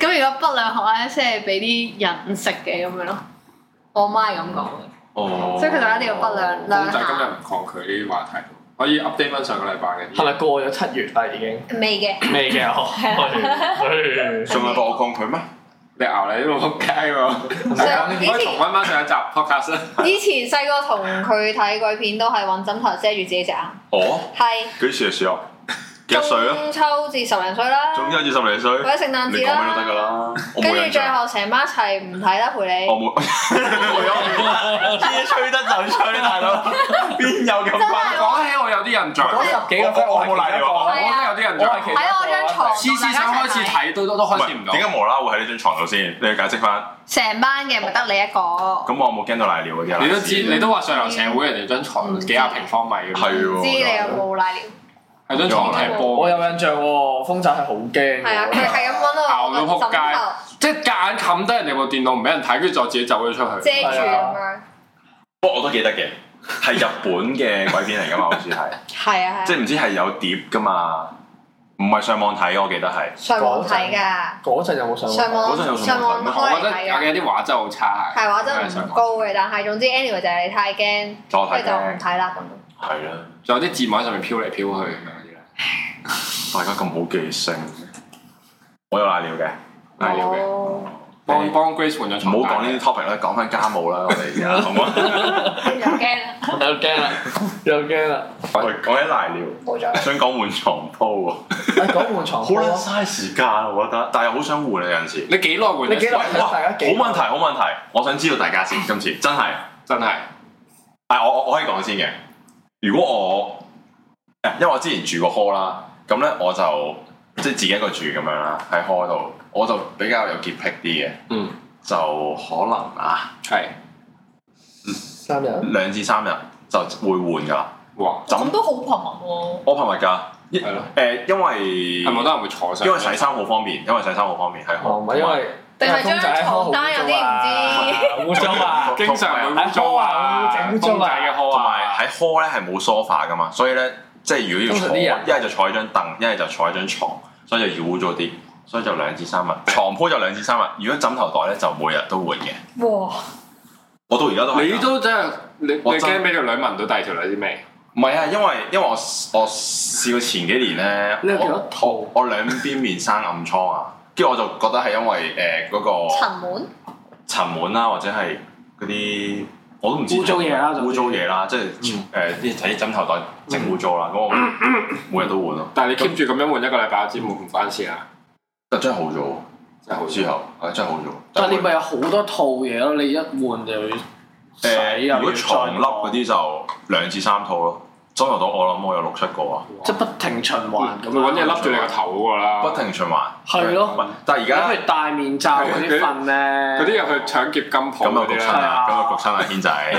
Speaker 1: 咁如果筆兩殼咧，先係俾啲人食嘅咁樣咯。我媽係咁講嘅，
Speaker 2: 哦，
Speaker 1: 所以佢就一定要筆兩兩
Speaker 3: 公仔今日
Speaker 1: 下。
Speaker 3: 唔抗拒呢啲話題，可以 update 翻上個禮拜嘅啲
Speaker 4: 係咪過咗七月啦已經？
Speaker 1: 未嘅，
Speaker 4: 未嘅，哦我係
Speaker 2: 上禮拜我講佢咩？
Speaker 3: 你熬你呢個仆街喎！大 家可以重
Speaker 2: 啊
Speaker 3: 温翻上一集 podcast 啦。
Speaker 1: 以前細個同佢睇鬼片都係揾枕頭遮住自己隻眼，
Speaker 2: 哦，
Speaker 1: 係。
Speaker 2: 幾時嘅事啊？幾多歲啊？
Speaker 1: 中秋至十零歲啦，
Speaker 2: 中一至十零歲，
Speaker 1: 或者聖誕
Speaker 2: 你
Speaker 1: 節
Speaker 2: 講咩都得㗎
Speaker 1: 啦。
Speaker 2: 啦，我
Speaker 1: 跟
Speaker 2: 冇
Speaker 1: 住
Speaker 2: 印
Speaker 1: 最
Speaker 2: 象。
Speaker 1: 後成班一齊唔睇啦，陪你
Speaker 2: 我。 冇，吹得就吹，大佬 邊有咁
Speaker 1: 真係
Speaker 3: 講起我有啲印象，
Speaker 4: 嗰
Speaker 3: 我
Speaker 4: 十幾個 friend，
Speaker 2: 我我
Speaker 4: 係其中一個
Speaker 3: 我
Speaker 1: 冇係啊
Speaker 3: 都有啲印象
Speaker 4: 我係其。
Speaker 1: 喺啊我張床
Speaker 3: 次次想開始睇都都都
Speaker 2: 唔
Speaker 3: 開始唔
Speaker 2: 係
Speaker 3: 到。
Speaker 2: 點解無啦啦會喺呢張床度先？你要解釋翻。
Speaker 1: 成班嘅咪得你一個。
Speaker 2: 咁我冇驚到瀨尿嗰啲啊？
Speaker 3: 你都知，你都話上流社會人哋張
Speaker 1: 嗯
Speaker 3: 床幾廿平方米嘅，
Speaker 2: 係
Speaker 1: 唔
Speaker 2: 喎。
Speaker 1: 知你有冇拉尿？
Speaker 3: 係張床係
Speaker 1: 嗯
Speaker 4: 我
Speaker 3: 波，
Speaker 4: 有印象喎，風仔係好驚㗎喎。
Speaker 1: 係啊，佢係咁揾 到
Speaker 3: 拗到
Speaker 1: 我個枕頭
Speaker 3: 仆街，即係夾硬冚低人哋部電腦唔俾人睇，跟住再自己走咗出
Speaker 1: 遮
Speaker 3: 去。
Speaker 1: 住咁樣。
Speaker 2: 不過我都記得嘅，係日本嘅鬼片嚟㗎嘛，好似係，
Speaker 1: 係啊
Speaker 2: 即
Speaker 1: 係啊，
Speaker 2: 係唔知係有碟㗎嘛，唔係上網睇，我記得係。
Speaker 1: 上網睇㗎，
Speaker 4: 嗰陣有冇上
Speaker 1: 上
Speaker 2: 嗰陣有
Speaker 1: 網
Speaker 2: 上
Speaker 1: 上
Speaker 2: 網
Speaker 1: 網
Speaker 2: 睇咩
Speaker 1: 開
Speaker 3: 我
Speaker 1: 嚟
Speaker 3: 覺得
Speaker 1: 睇㗎。
Speaker 3: 有啲畫真係好差
Speaker 1: 啊係話真係唔高嘅，但係總之 anyway 就係你太驚，
Speaker 2: 我
Speaker 1: 所
Speaker 2: 睇
Speaker 1: 以就唔
Speaker 2: 嘅，
Speaker 1: 睇啦咁。
Speaker 2: 係啊啦，
Speaker 3: 仲有啲字幕喺上面飄嚟飄去咁樣嗰啲咧。
Speaker 2: 大家咁好記性，我有瀨尿嘅。
Speaker 3: 係有嘅，
Speaker 1: 哦，
Speaker 3: 幫幫 Grace 換咗
Speaker 2: 唔
Speaker 3: 床
Speaker 2: 好講呢啲 topic 啦，講翻家務啦，我 哋而家好唔好？
Speaker 1: 又驚啦，
Speaker 4: 又驚啦，又驚啦！
Speaker 2: 喂，講起瀨尿，
Speaker 1: 冇 咗啦。
Speaker 2: 想講換床鋪喎。
Speaker 4: 誒講換床
Speaker 2: 好撚
Speaker 4: 鋪，
Speaker 2: 嘥時間啊，我覺得，但係又好想換啊有陣時。
Speaker 3: 你幾耐換？
Speaker 4: 你幾耐
Speaker 2: 喂，哇，好
Speaker 4: 大家幾
Speaker 2: 問題，好問題，我想知道大家先，今次真係，
Speaker 3: 真係
Speaker 2: 係我我我可以講先嘅。如果我，誒因為我之前住過 hall 啦，咁咧我就即係自己一個住咁樣啦，喺 hall 度，我就比較有潔癖啲嘅，
Speaker 3: 嗯，
Speaker 2: 就可能啊
Speaker 3: 係
Speaker 4: 三日
Speaker 2: 兩至三日就會換噶啦。
Speaker 3: 哇，
Speaker 2: 枕
Speaker 1: 咁都好頻
Speaker 2: 我頻密㗎，一
Speaker 3: 係咯
Speaker 2: 誒，因
Speaker 3: 係咪好
Speaker 2: 為
Speaker 3: 多人會坐上？
Speaker 2: 因為洗衫好方便，因為洗衫好方便喺 hall，
Speaker 4: 哦，唔係因為
Speaker 1: 定係
Speaker 4: 因為公仔
Speaker 1: 張床單
Speaker 4: 啊
Speaker 1: 有啲唔
Speaker 4: 唔知污糟啊！
Speaker 3: 經常會污糟 啊，
Speaker 4: 喺 hall 啊會整污糟啊
Speaker 3: 公仔嘅 hall
Speaker 2: 同埋
Speaker 3: 啊，
Speaker 2: 喺 hall 咧係冇 sofa 噶嘛，所以咧即係如果要
Speaker 4: 通
Speaker 2: 坐，
Speaker 4: 常啲人
Speaker 2: 一係就坐喺張凳，一係就坐喺張床，所以就要污糟啲，所以就兩至三日。床鋪就兩至三日，如果枕頭袋咧就每日都換嘅。
Speaker 1: 密喎。哇！
Speaker 2: 我到而家都係
Speaker 3: 你
Speaker 2: 咁
Speaker 3: 都真係你你
Speaker 2: 我真
Speaker 3: 驚俾條女聞到第二條女啲味？
Speaker 2: 唔係啊，因為因為我我試過前幾年咧，
Speaker 4: 你有幾多
Speaker 2: 我
Speaker 4: 套？
Speaker 2: 我兩邊面生暗瘡啊，跟住我就覺得係因為誒嗰個
Speaker 1: 塵蟎。
Speaker 2: 塵蟎啦，或者係嗰啲我都唔知
Speaker 4: 污糟嘢啦總之嗯
Speaker 2: 污糟嘢啦，即係誒啲睇枕頭袋整污糟啦，咁我每日都換咯，
Speaker 3: 但係你 keep 住咁樣換一個禮拜，知冇唔關事啊，
Speaker 2: 但真係好咗。
Speaker 3: 真係好
Speaker 2: 之後，係真係好
Speaker 4: 但係你
Speaker 2: 做。
Speaker 4: 咪有好多套嘢咯，你一換就要洗
Speaker 2: 誒，
Speaker 4: 又
Speaker 2: 如果
Speaker 4: 要
Speaker 2: 床笠嗰
Speaker 4: 啲，
Speaker 2: 啲就兩至三套咯，裝入到我諗我有六七個啊，
Speaker 4: 即係不停循環咁
Speaker 3: 會揾嗯嘢
Speaker 4: 樣。
Speaker 3: 笠住你個頭嗰個啦，
Speaker 2: 不停循環。
Speaker 4: 係
Speaker 2: 唔
Speaker 4: 咯
Speaker 2: 係，，但係而
Speaker 4: 咁
Speaker 2: 家
Speaker 4: 譬如戴面罩嗰啲瞓咧，
Speaker 3: 嗰啲又去搶劫金鋪
Speaker 2: 咁
Speaker 3: 嗰
Speaker 2: 啊
Speaker 3: 啲
Speaker 2: 焗親
Speaker 3: 咧，
Speaker 2: 啦，
Speaker 4: 係
Speaker 2: 咁啊
Speaker 4: 啊
Speaker 2: 焗親啦，軒仔，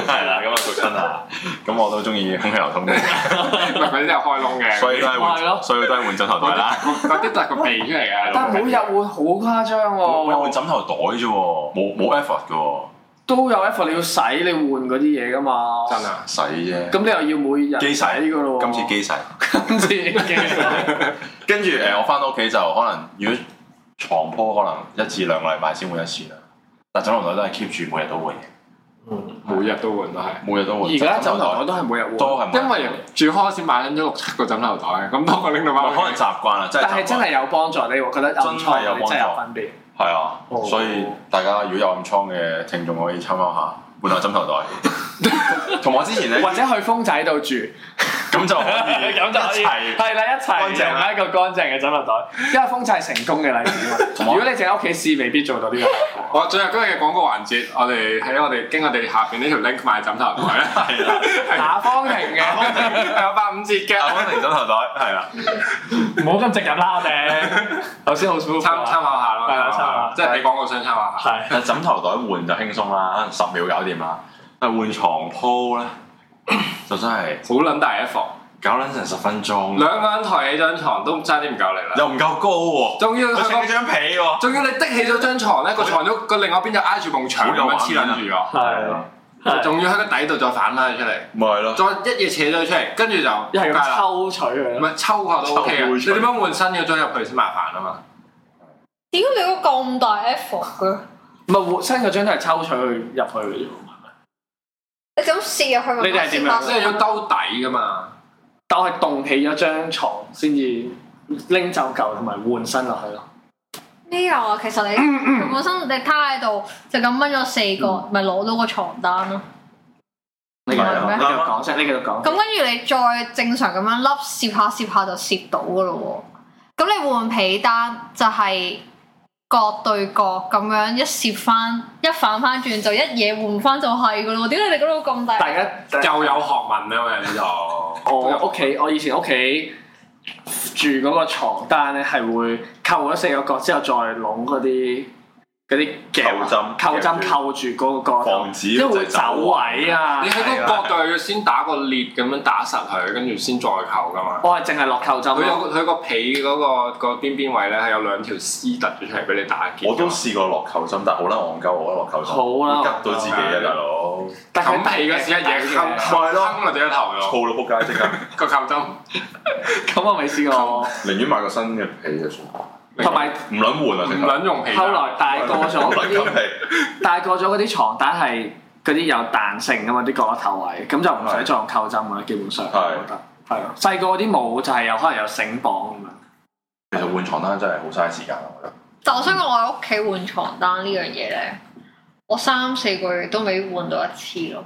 Speaker 2: 係啦，咁啊焗親啦，咁我都中意空氣流通 啲，
Speaker 3: 唔係嗰啲有開窿嘅，
Speaker 2: 所以都係
Speaker 4: 係咯
Speaker 2: 換，所以都係換枕頭袋啦。
Speaker 3: 嗰啲突個鼻出嚟嘅。
Speaker 4: 但係每日換好誇張
Speaker 2: 我有換
Speaker 4: 喎，
Speaker 2: 枕頭袋啫喎，冇冇 effort 嘅喎，
Speaker 4: 都有 effort 你要洗你換嗰啲嘢噶嘛。
Speaker 3: 真啊！
Speaker 2: 洗啫。
Speaker 4: 咁你又要每日
Speaker 2: 機洗
Speaker 4: 噶咯
Speaker 2: 今
Speaker 4: 喎，
Speaker 2: 次機洗，
Speaker 4: 今次 機洗，
Speaker 2: 跟住誒我翻到屋企就可能如果床鋪可能一至兩個禮拜先換一次啦，但枕頭袋都係 keep 住每日都換嘅。
Speaker 4: 嗯，
Speaker 3: 每日都換都係。
Speaker 2: 每日都換。
Speaker 3: 而家枕頭袋都係每日換，
Speaker 2: 都係每日換
Speaker 3: 因為住開先買緊咗六七個枕頭袋，咁多個拎到
Speaker 2: 唔
Speaker 3: 包。
Speaker 2: 係可能習慣啦，真係
Speaker 6: 但
Speaker 2: 習
Speaker 6: 係真
Speaker 2: 慣。
Speaker 6: 係有幫助，你會覺得暗
Speaker 2: 真係有幫
Speaker 6: 瘡
Speaker 2: 助
Speaker 6: 真係有分別。
Speaker 2: 係啊
Speaker 4: 哦，
Speaker 2: 所以大家如果有暗瘡嘅聽眾可以參考下換下枕頭袋，同我之前咧
Speaker 6: 或者去風仔度住，
Speaker 2: 咁就可以
Speaker 4: 咁就可以
Speaker 2: 一齊
Speaker 4: 係啦，一齊
Speaker 2: 嗯乾淨啊啦
Speaker 4: 用一個乾淨嘅枕頭袋。
Speaker 6: 因為風仔係成功嘅例子嘛。
Speaker 2: 同
Speaker 6: 如
Speaker 2: 埋
Speaker 6: 果你淨喺屋企試，未必做到呢個 效果。
Speaker 3: 我進入今日嘅廣告環節，我哋喺我哋經我哋下邊呢條 link 買枕頭袋咧，
Speaker 2: 係啦，
Speaker 6: 打方平 嘅，
Speaker 3: 係有八五折嘅。
Speaker 2: 阿安婷枕頭袋係啊啦，
Speaker 4: 唔好咁直入啦，我哋頭先好 smooth
Speaker 3: 參參
Speaker 4: 啊
Speaker 3: 考下咯，
Speaker 4: 係啊
Speaker 3: 參考下
Speaker 4: 參考下
Speaker 3: 即係俾廣告商參考下。
Speaker 4: 係
Speaker 2: 但枕頭袋換就輕鬆啦，可能十秒搞掂啦。但換床鋪咧就真係
Speaker 3: 好撚大一房，
Speaker 2: 搞撚成十分鐘，
Speaker 3: 兩個人抬起張床都差啲唔夠你啦。
Speaker 2: 又唔夠高喎，
Speaker 3: 仲要
Speaker 2: 佢
Speaker 3: 佢
Speaker 2: 整
Speaker 3: 個
Speaker 2: 咗張被喎，
Speaker 3: 仲要你的起咗張床咧，個床褥個另外一邊就挨住埲牆咁樣黐撚住啊咗，
Speaker 4: 係係，
Speaker 3: 仲要喺個底度再反拉出嚟，
Speaker 2: 啊咪係咯，
Speaker 3: 再一嘢扯咗佢出嚟，跟住就
Speaker 4: 一
Speaker 3: 仆街
Speaker 4: 係咁
Speaker 3: 啦
Speaker 4: 抽取佢
Speaker 3: 唔
Speaker 4: 咯。
Speaker 3: 係抽下都 OK 嘅，
Speaker 2: 抽
Speaker 3: 你
Speaker 2: 會出
Speaker 3: 點樣換新嘅裝入去先麻煩啊嘛？
Speaker 1: 屌你嗰咁大 effort 嘅，
Speaker 6: 唔係換新嗰張都係抽取佢入去嘅啫喎。
Speaker 1: 你咁試入去個
Speaker 6: 你哋係點樣
Speaker 3: 即係要兜底噶嘛？
Speaker 6: 但我係動起咗張床先至拎走嚿同埋換新落去咯。
Speaker 1: 呢個啊，其實你
Speaker 6: 嗯
Speaker 1: 佢本身你卡喺度就咁掹咗四個，咪攞到個床單咯。
Speaker 6: 你繼續
Speaker 2: 係啊
Speaker 6: 講你繼續講先，你繼續
Speaker 1: 咁
Speaker 6: 講。
Speaker 1: 跟住你再正常咁樣笠攝下攝下就攝到噶咯喎。咁你換被單就係角對角咁樣一攝翻，一反翻轉就一嘢換翻就係噶咯喎。點解你嗰度咁大？
Speaker 6: 大家
Speaker 3: 又有學問啊嘛呢 度，
Speaker 6: 我屋企，我以前屋企住嗰個床單咧，係會扣咗四個角之後再攏嗰啲嗰啲夾啊
Speaker 2: 扣
Speaker 6: 扣
Speaker 2: 針夾
Speaker 6: 針
Speaker 2: 住
Speaker 6: 扣住嗰個角，
Speaker 2: 防止
Speaker 6: 因為
Speaker 2: 就
Speaker 6: 會
Speaker 2: 走
Speaker 6: 走位啊
Speaker 3: 你。喺個角度要先打個裂咁樣打實佢，跟住先再扣噶嘛。
Speaker 6: 我係淨係落扣針
Speaker 4: 啊
Speaker 3: 佢
Speaker 6: 咯，
Speaker 3: 有佢個被嗰個個邊邊位咧係有兩條絲突咗出嚟俾你打結㗎嘛。
Speaker 2: 我都試過落球針，但係好撚戇鳩，我覺得落球針，
Speaker 6: 好啦
Speaker 2: 會拮到自己啊，大佬，
Speaker 6: 但係
Speaker 3: 冚
Speaker 6: 佢大
Speaker 3: 被嗰時一嘢
Speaker 6: 大嘅
Speaker 3: 坑坑落自己頭度，
Speaker 2: 燥到仆街即 刻，
Speaker 3: 個扣針
Speaker 6: 咁我未試過。
Speaker 2: 寧願買個新嘅被就算，唔
Speaker 6: 同埋
Speaker 2: 撚換啊，
Speaker 3: 唔
Speaker 2: 直頭
Speaker 3: 撚用皮帶。
Speaker 6: 後來大個咗
Speaker 2: 唔
Speaker 6: 嗰
Speaker 2: 撚
Speaker 6: 啲
Speaker 2: 咁。被。
Speaker 6: 大個咗嗰啲床單係嗰啲有彈性噶嘛，啲角落頭位，咁就唔使再用扣針噶啦，基本上
Speaker 2: 係
Speaker 6: 我覺得係咯。細個嗰啲冇就係有可能有繩綁咁樣。
Speaker 2: 其實換床單真係好嘥時間，我覺得。
Speaker 1: 但我想講，我喺屋企換床單呢樣嘢咧，我三四個月都未換到一次咯，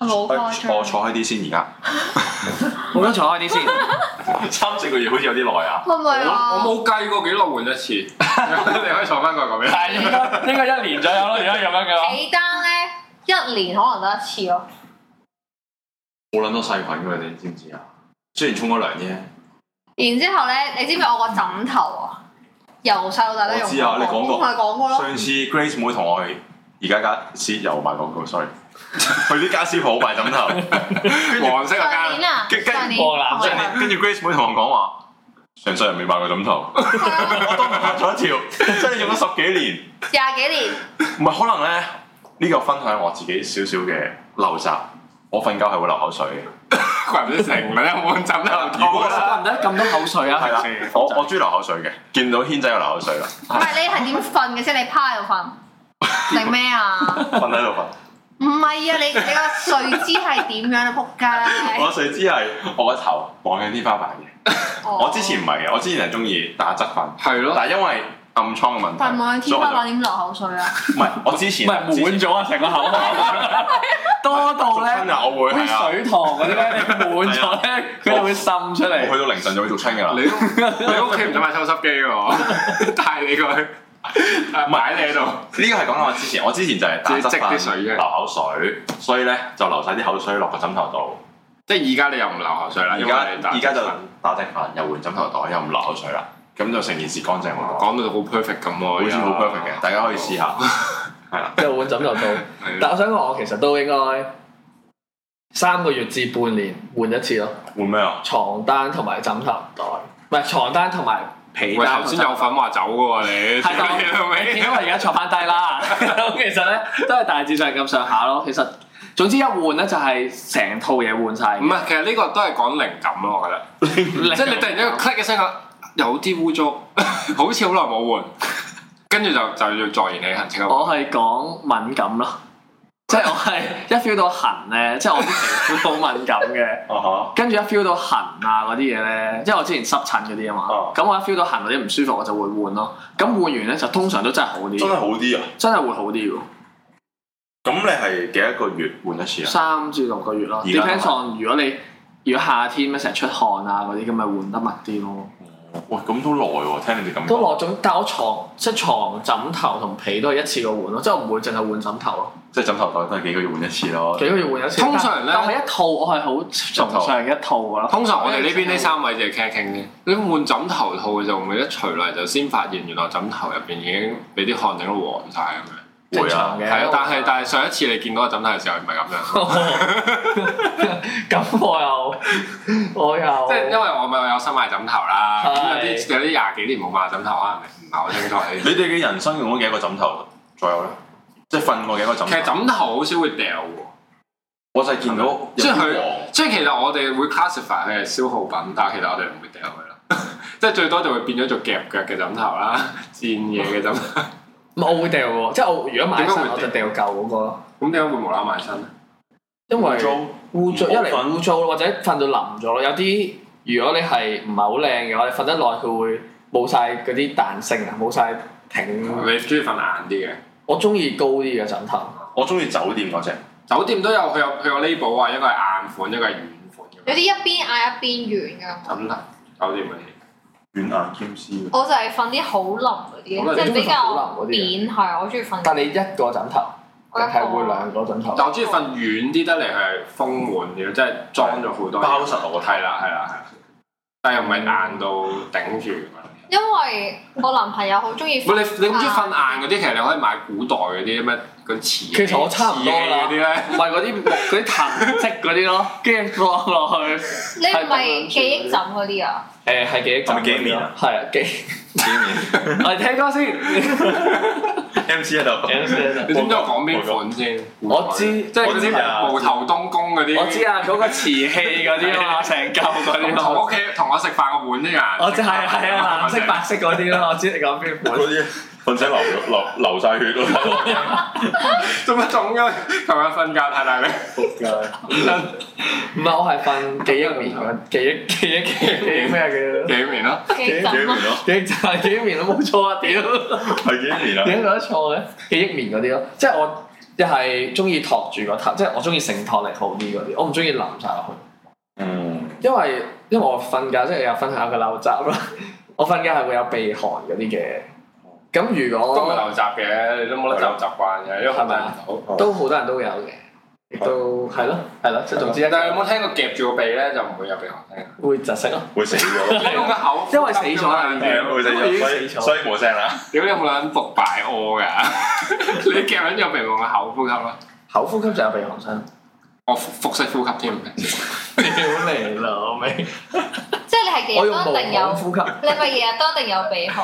Speaker 1: 係咪好誇張？
Speaker 2: 我哎坐開啲先，而家
Speaker 6: 我都坐開啲先，
Speaker 2: 三四個月好似有啲耐啊。
Speaker 1: 係咪
Speaker 3: 我
Speaker 1: 啊？
Speaker 3: 冇計過幾耐換一次，你可以坐翻過咁樣。
Speaker 4: 但係應該 應該一年左右咯，如果係咁樣嘅話。
Speaker 1: 被單咧一年可能得一次咯，
Speaker 2: 冇撚多細菌㗎，你知唔知啊？雖然沖咗涼啫，
Speaker 1: 然之後咧，你知唔知我個枕頭啊？由細到大都用
Speaker 2: 我知啊你講過
Speaker 1: 我同你講過咯。
Speaker 2: 上次 Grace 妹同我去而家家私又賣廣告，sorry，去啲家私鋪賣枕頭，
Speaker 3: 黃色嗰
Speaker 1: 上
Speaker 3: 間
Speaker 1: 年啊，
Speaker 2: 跟跟
Speaker 1: 上年
Speaker 4: 黃藍
Speaker 1: 同
Speaker 4: 色
Speaker 1: 你講
Speaker 2: 跟住 Grace 妹同我講話，成世人未買過枕頭，我都唔買咗一條，真係用咗十幾年。
Speaker 1: 廿幾年，
Speaker 2: 唔係可能咧，呢個分享我自己少少嘅陋習，我瞓覺係會流口水嘅。
Speaker 3: 怪唔之成啦，換枕頭
Speaker 2: 我覺得
Speaker 6: 怪唔得咁多口水啊！
Speaker 2: 係啦，我我中意流口水嘅，見到軒仔又流口水啦，
Speaker 1: 唔係你係點瞓嘅先？你趴喺度 瞓定咩啊？
Speaker 2: 瞓喺度瞓。
Speaker 1: 唔係啊，你你個睡姿係點樣啊？仆街！
Speaker 2: 我誰知係我個頭望緊天花板嘅。
Speaker 1: 哦
Speaker 2: 我之前唔係嘅，我之前係中意打側瞓，
Speaker 3: 係咯，
Speaker 2: 但係因為暗瘡嘅問題，
Speaker 1: 但望天花板
Speaker 2: 所以
Speaker 1: 點流口水啊？
Speaker 2: 我就唔係我之前
Speaker 4: 唔係滿咗啊，成個口
Speaker 6: 多到
Speaker 2: 做親
Speaker 6: 咧，
Speaker 2: 啊，我 會
Speaker 6: 好似
Speaker 2: 係啊，
Speaker 6: 水塘嗰啲咧，你滿咗咧，佢就會滲出
Speaker 2: 我去
Speaker 6: 嚟。
Speaker 2: 到凌晨就會做親㗎啦。
Speaker 3: 你 你屋企唔使買抽濕機喎， 帶你過去， 擺你喺度。
Speaker 2: 呢個係講緊我之前，我之前就係打側
Speaker 3: 自己積啲
Speaker 2: 瞓
Speaker 3: 水啫
Speaker 2: 流口水，所以咧就流晒啲口水落個枕頭度。
Speaker 3: 即係而家你又唔流口水啦，
Speaker 2: 而
Speaker 3: 啊因為
Speaker 2: 家
Speaker 3: 你打
Speaker 2: 而家就打側瞓，又換枕頭袋，又唔流口水啦。咁就成件事乾淨好多，
Speaker 3: 講到哦好 perfect 咁喎，
Speaker 2: 好似好 perfect 嘅，大家可以試 下。係啦，
Speaker 4: 又換枕頭套。
Speaker 3: 嘅
Speaker 4: 但我想講，我其實都應該三個月至半年換一次咯，
Speaker 2: 換咩啊？
Speaker 4: 床單同埋枕頭袋，唔係床單同埋被
Speaker 3: 喂，
Speaker 4: 單。
Speaker 3: 頭先有啊份話走嘅喎 你，
Speaker 6: 係但
Speaker 3: 你老
Speaker 6: 你
Speaker 3: 味
Speaker 6: 見到我而家坐翻低啦，咁其實咧都係大致上咁上下咯。其實總之一換咧就係成套嘢換 晒。
Speaker 3: 唔係，其實呢個都係講靈感咯，我覺得。即係你突然間 click 一聲講，有啲污糟，好似好耐冇換，跟住就就要坐言起行，即刻換
Speaker 6: 我係講敏感咯，
Speaker 4: 即係我係一 feel 到痕咧，即係我啲皮膚好敏感嘅。
Speaker 2: 啊哈，
Speaker 4: 跟住一 feel 到痕啊嗰啲嘢咧，因為我之前濕疹嗰啲啊嘛
Speaker 2: 哦，
Speaker 4: 咁、我一 feel 到痕或者唔舒服，我就會換咯。咁換完咧就通常都真係好啲，
Speaker 2: 真係好啲啊！
Speaker 4: 真係會好啲喎。
Speaker 2: 咁你係幾多個月換一次啊？
Speaker 4: 三至六個月咯
Speaker 2: 而家
Speaker 4: ，depends on 如果你如果夏天咩成日出汗啊嗰啲，咁咪換得密啲咯。
Speaker 2: 喂，咁都耐喎，聽你哋咁
Speaker 6: 都
Speaker 2: 講，
Speaker 6: 落種，但我床即係床枕頭同被都係一次過換咯，即係我唔會淨係換枕頭咯，
Speaker 2: 即係枕頭袋都係幾個月換一次咯。
Speaker 6: 幾個月換一次。
Speaker 4: 通常咧，
Speaker 6: 但
Speaker 4: 但
Speaker 6: 但
Speaker 4: 係一套我係好崇尚一套噶咯。
Speaker 3: 通常我哋呢邊呢三位就係傾一啊傾啫。你換枕頭套嘅就會一除嚟就先發現原來枕頭入邊已經俾啲汗整到黃晒咁樣。
Speaker 6: 正常嘅。
Speaker 3: 係啊，但哦係但係上一次你見到個枕頭嘅時候唔係咁樣。
Speaker 6: 咁我又我又
Speaker 3: 即係因為我咪有新買枕頭啦，咁
Speaker 6: 係
Speaker 3: 有啲有啲廿幾年冇買枕頭，可能唔係好清楚呢
Speaker 2: 你
Speaker 3: 啲。
Speaker 2: 哋嘅人生用咗幾多個枕頭左右咧？即係瞓過幾多個
Speaker 3: 其實
Speaker 2: 枕頭？
Speaker 3: 枕頭好少會掉喎，
Speaker 2: 我就係見到有
Speaker 3: 即係
Speaker 2: 啲
Speaker 3: 佢
Speaker 2: 黃。，
Speaker 3: 即係其實我哋會 classify 佢係消耗品，但係其實我哋唔會掉佢啦。 即係最多就會變咗做夾腳嘅枕頭啦，墊嘢嘅枕頭。
Speaker 6: 唔係我會掉喎，即係我如果買
Speaker 3: 點解會
Speaker 6: 新
Speaker 3: 掉
Speaker 6: 我就掉舊嗰個咯，
Speaker 3: 咁點解會無啦啦買新咧？
Speaker 6: 因
Speaker 2: 污
Speaker 6: 為
Speaker 2: 糟
Speaker 6: 污糟，
Speaker 2: 唔好
Speaker 6: 一嚟
Speaker 2: 瞓
Speaker 6: 污糟或者瞓到冧咗咯。有啲如果你係唔係好靚嘅話，你瞓得耐佢會冇晒嗰啲彈性啊，冇晒挺。
Speaker 3: 你中意瞓硬啲嘅？
Speaker 6: 我中意高啲嘅枕頭，
Speaker 2: 我中意酒店嗰只，
Speaker 3: 酒店都有佢有佢有 label 啊，一個係硬款，一個係軟款
Speaker 1: 有
Speaker 3: 嘅
Speaker 1: 啲一邊嗌一邊軟㗎，
Speaker 3: 枕頭。酒店嗰
Speaker 2: 軟
Speaker 3: 啲
Speaker 2: 硬兼施。
Speaker 1: 我就係瞓啲好腍嗰
Speaker 6: 好
Speaker 1: 啲，
Speaker 6: 腍
Speaker 1: 即係比較
Speaker 6: 好腍嗰啲
Speaker 1: 扁係，我中意瞓。
Speaker 6: 但你一個枕頭
Speaker 1: 我
Speaker 6: 定
Speaker 1: 一個
Speaker 6: 係會兩個枕頭？
Speaker 3: 但我中意瞓軟啲得嚟，佢係豐滿嘅，即係裝咗好多嘢。
Speaker 2: 包實我
Speaker 3: 係啦係啦係啦，但又唔係硬到頂住咁樣。
Speaker 1: 因為我男朋友好中意
Speaker 3: 唔
Speaker 1: 瞓，啊
Speaker 3: 係你你咁中意瞓硬嗰啲，其實你可以買古代嗰啲咩嗰啲瓷器
Speaker 6: 其實我差唔多啦
Speaker 3: 瓷器嗰啲咧，
Speaker 4: 唔係嗰啲木嗰啲藤織嗰啲咯，跟住放落去。
Speaker 1: 你唔係記憶枕嗰啲啊？
Speaker 6: 誒 係幾
Speaker 2: 係
Speaker 6: 枕
Speaker 2: 咪幾面啊？
Speaker 6: 係啊， 幾
Speaker 2: 幾面
Speaker 4: 我哋聽歌先，
Speaker 2: ？M C 喺度。
Speaker 3: 你知唔知我講邊款先？
Speaker 6: 我知
Speaker 3: 即係嗰
Speaker 2: 我知啊
Speaker 3: 啲無頭東宮嗰啲。
Speaker 4: 我知啊，嗰個瓷器嗰啲啊嘛，成嚿嗰啲啊
Speaker 3: 同
Speaker 4: 咯。
Speaker 3: 我屋企同我食飯個碗一樣。
Speaker 6: 我知係係 啊，藍色白色嗰啲咯，我知你講邊 款
Speaker 2: 嗰。啲瞓醒流流流曬血咯，
Speaker 3: 做乜種啊？琴日瞓覺太大力。
Speaker 6: 唔係我係瞓記憶棉嗰記憶記憶記憶記憶咩嘅？
Speaker 3: 幾年咯，
Speaker 1: 記憶
Speaker 2: 幾幾
Speaker 1: 枕
Speaker 2: 年
Speaker 1: 啊，
Speaker 2: 咯，
Speaker 6: 記憶就係記憶棉都冇錯啊！屌，
Speaker 2: 係幾年啊？
Speaker 6: 點解覺得錯嘅？記憶棉嗰啲咯，即係我一係中意托住個頭，即係我中意承托力好啲嗰啲，我唔中意冧晒落去，
Speaker 2: 嗯，
Speaker 6: 因為因為我瞓覺即係有分享一個陋習啦， 我瞓覺係會有鼻鼾嗰啲嘅，咁如
Speaker 3: 都唔係
Speaker 6: 果
Speaker 3: 流習嘅，你都冇得流習慣嘅，因為控制
Speaker 2: 嗯
Speaker 3: 唔到。
Speaker 6: 都好多人都有嘅，亦都係咯係咯，即係總之一
Speaker 3: 但係有冇聽過夾住個鼻咧就唔會有鼻鼾聲？
Speaker 6: 會窒息咯。
Speaker 2: 會死咗。
Speaker 3: 你用個口，
Speaker 6: 因為死咗啦已經
Speaker 3: 啊
Speaker 2: 會死
Speaker 6: 已
Speaker 2: 咗，
Speaker 6: 經
Speaker 2: 所
Speaker 6: 死
Speaker 2: 以
Speaker 6: 咗
Speaker 2: 所以冇聲 啦。
Speaker 3: 屌你有冇撚伏敗屙㗎？ 你夾緊入鼻用個口呼吸啦，
Speaker 6: 口呼吸就有鼻鼾聲，
Speaker 3: 我腹式呼吸添。
Speaker 6: 屌你老味！
Speaker 1: 即係你係
Speaker 6: 我
Speaker 1: 日日
Speaker 6: 用
Speaker 1: 都一定
Speaker 6: 無
Speaker 1: 有
Speaker 6: 孔，呼吸，
Speaker 4: 啊
Speaker 1: 你咪日日都一定有鼻鼾，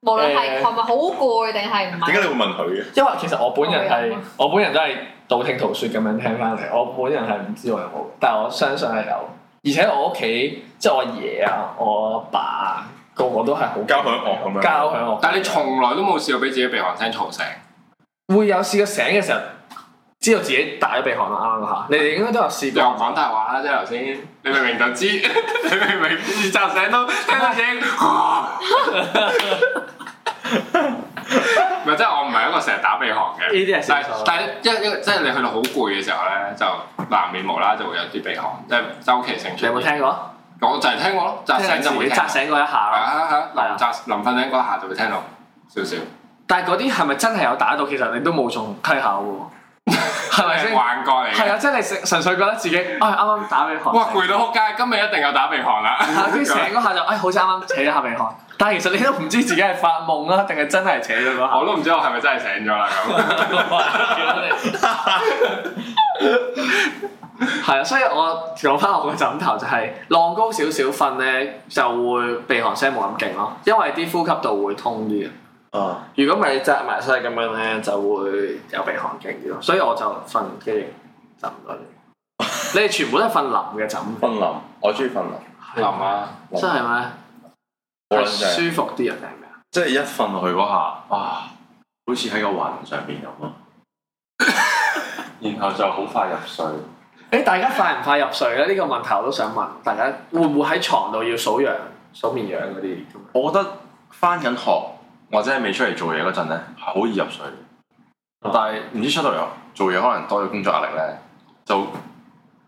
Speaker 1: 無論係
Speaker 6: 誒
Speaker 1: 係咪好攰定係唔
Speaker 2: 點
Speaker 1: 係
Speaker 2: 解你會問佢嘅？
Speaker 6: 因為其實我本人
Speaker 1: 我有
Speaker 6: 係
Speaker 1: 啊
Speaker 6: 我本人都係道聽途說咁樣聽翻嚟，我本人係唔知我有冇，但係我相信係有，而且我屋企即係我爺啊、我阿爸啊個個都係好
Speaker 2: 交響樂咁樣
Speaker 6: 交響樂，
Speaker 3: 但係你從來都冇試過俾自己鼻鼾聲嘈醒。
Speaker 6: 會有試過醒嘅時候，知道自己大咗鼻鼾啦啱啱嗰下，你哋應該都有試
Speaker 3: 又
Speaker 6: 過。
Speaker 3: 講大話啦，即係頭先，你明明就知，你明明二扎醒都聽到自己，唔係即係我唔係一個成日打鼻鼾嘅，
Speaker 4: 呢啲係少
Speaker 3: 但係
Speaker 4: 數
Speaker 3: 但係一一即係你去到好攰嘅時候咧，就難免無啦就會有啲鼻鼾，即係周期性
Speaker 4: 你
Speaker 3: 出
Speaker 4: 有冇
Speaker 3: 現。
Speaker 4: 聽 過？
Speaker 3: 我就係聽過咯，扎
Speaker 4: 聽
Speaker 3: 醒就會
Speaker 4: 你
Speaker 3: 聽。
Speaker 4: 扎醒過一下
Speaker 3: 係
Speaker 4: 咯。
Speaker 3: 啊係啊，臨扎臨瞓醒嗰一下就會聽到少少，
Speaker 4: 但係嗰啲係咪真係有打到？其實你都冇中稽考喎，係咪先？
Speaker 3: 幻覺嚟
Speaker 4: 係
Speaker 3: 嘅。
Speaker 4: 啊，即係你純粹覺得自己，唉，啱啱打俾韓，
Speaker 3: 哇，攰啊到撲街，今日一定有打鼻鼾啦。
Speaker 4: 係啊跟住醒嗰下就，唉，好似啱啱扯咗下鼻鼾，但係其實你都唔知自己係發夢啦，定係真係扯咗嗰下。
Speaker 3: 我都唔知我係咪真係醒咗啦咁。
Speaker 4: 係啊，所以我講翻我個枕頭就係、浪高少少瞓咧，就會鼻鼾聲冇咁勁咯，因為啲呼吸道會通啲嘅。
Speaker 2: 啊，
Speaker 4: 如果唔係扎埋晒咁樣咧，就會有鼻鼾勁啲咯。所以我就瞓機枕多啲。你哋全部都係瞓腍嘅枕，
Speaker 2: 分林，啊我中意分林，
Speaker 3: 林啊，
Speaker 4: 真係咩？
Speaker 2: 我
Speaker 4: 係
Speaker 2: 諗就係
Speaker 4: 舒服啲啊定係咩啊？
Speaker 2: 即係一瞓 落去嗰下，啊，好似喺個雲上邊咁咯。然後就好快入睡。
Speaker 6: 誒，大家快唔快入睡咧？呢、個問題我都想問，大家會唔會喺床度要數羊、數綿羊嗰啲咁？
Speaker 2: 我覺得翻緊學或者係未出嚟做嘢嗰陣咧，係好易入睡。但係唔知出到嚟做嘢，可能多咗工作壓力咧，就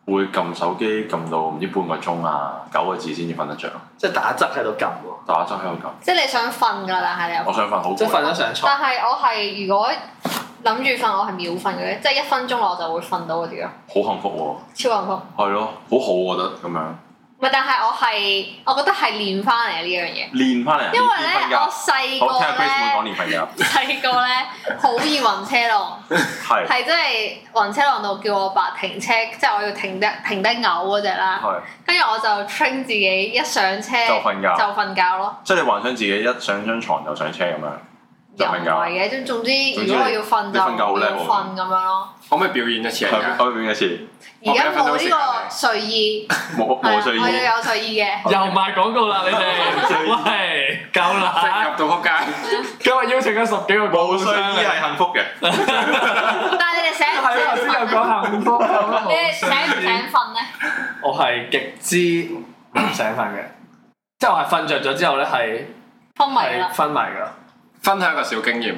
Speaker 2: 會撳手機撳到唔知半個鐘啊，九個字先至瞓得着。
Speaker 6: 即係打側喺度撳喎，
Speaker 2: 打針喺度撳，
Speaker 1: 即係你想瞓㗎啦，但係你又
Speaker 2: 我想瞓好攰。
Speaker 6: 即係瞓咗上床。
Speaker 1: 但係我係如果諗住瞓，我係秒瞓嘅，即係一分鐘內我就會瞓到嗰啲咯，
Speaker 2: 好幸福
Speaker 1: 超幸福。
Speaker 2: 喎，係咯，好好我覺得咁樣
Speaker 1: 唔係，但係我係我覺得係練翻嚟呢樣嘢，
Speaker 2: 練翻嚟。啊
Speaker 1: 因為
Speaker 2: 練
Speaker 1: 咧
Speaker 2: 瞓覺
Speaker 1: 我細
Speaker 2: 好，
Speaker 1: 個
Speaker 2: 聽下 Grace
Speaker 1: 咧
Speaker 2: 妹講練瞓覺，
Speaker 1: 細個咧好易暈車浪，
Speaker 2: 係
Speaker 1: 係真係暈車浪到叫我爸停車，即係我要停得停得嘔嗰只啦。
Speaker 2: 係，
Speaker 1: 跟住我就 train 自己一上車
Speaker 2: 啊就瞓覺
Speaker 1: 就瞓覺咯，
Speaker 2: 即係你幻想自己一上張床就上車咁樣，就
Speaker 1: 又
Speaker 2: 瞓
Speaker 1: 唔
Speaker 2: 覺
Speaker 1: 係嘅，總總之
Speaker 2: 總之
Speaker 1: 如果我要瞓
Speaker 2: 你瞓覺好
Speaker 1: 就
Speaker 2: 叻
Speaker 1: 要
Speaker 2: 喎
Speaker 1: 瞓咁樣咯。
Speaker 3: 可唔可以表演一次
Speaker 2: 係
Speaker 3: 啊？
Speaker 2: 後邊嘅事
Speaker 1: 而家冇呢個
Speaker 3: 我
Speaker 1: 睡意，
Speaker 2: 冇
Speaker 1: 係
Speaker 2: 冇
Speaker 1: 啊
Speaker 2: 睡
Speaker 1: 我
Speaker 2: 意，
Speaker 1: 要有睡意嘅。
Speaker 6: 又賣廣告啦，你 哋喂夠啦！
Speaker 3: 入到撲街，
Speaker 6: 今日邀請咗十幾個
Speaker 2: 冇
Speaker 6: 廣告
Speaker 2: 睡
Speaker 6: 商
Speaker 2: 意係幸福 嘅。
Speaker 1: 但係你哋醒唔
Speaker 6: 係啊頭
Speaker 1: 醒
Speaker 6: 先有
Speaker 1: 瞓咧？
Speaker 6: 講啊幸福啊
Speaker 1: 你哋醒唔醒瞓咧？
Speaker 4: 我係極之唔醒瞓嘅，即係我係瞓着咗之後咧係
Speaker 1: 昏迷
Speaker 4: 係
Speaker 1: 啦。
Speaker 4: 昏迷㗎。
Speaker 3: 分享一個小經驗。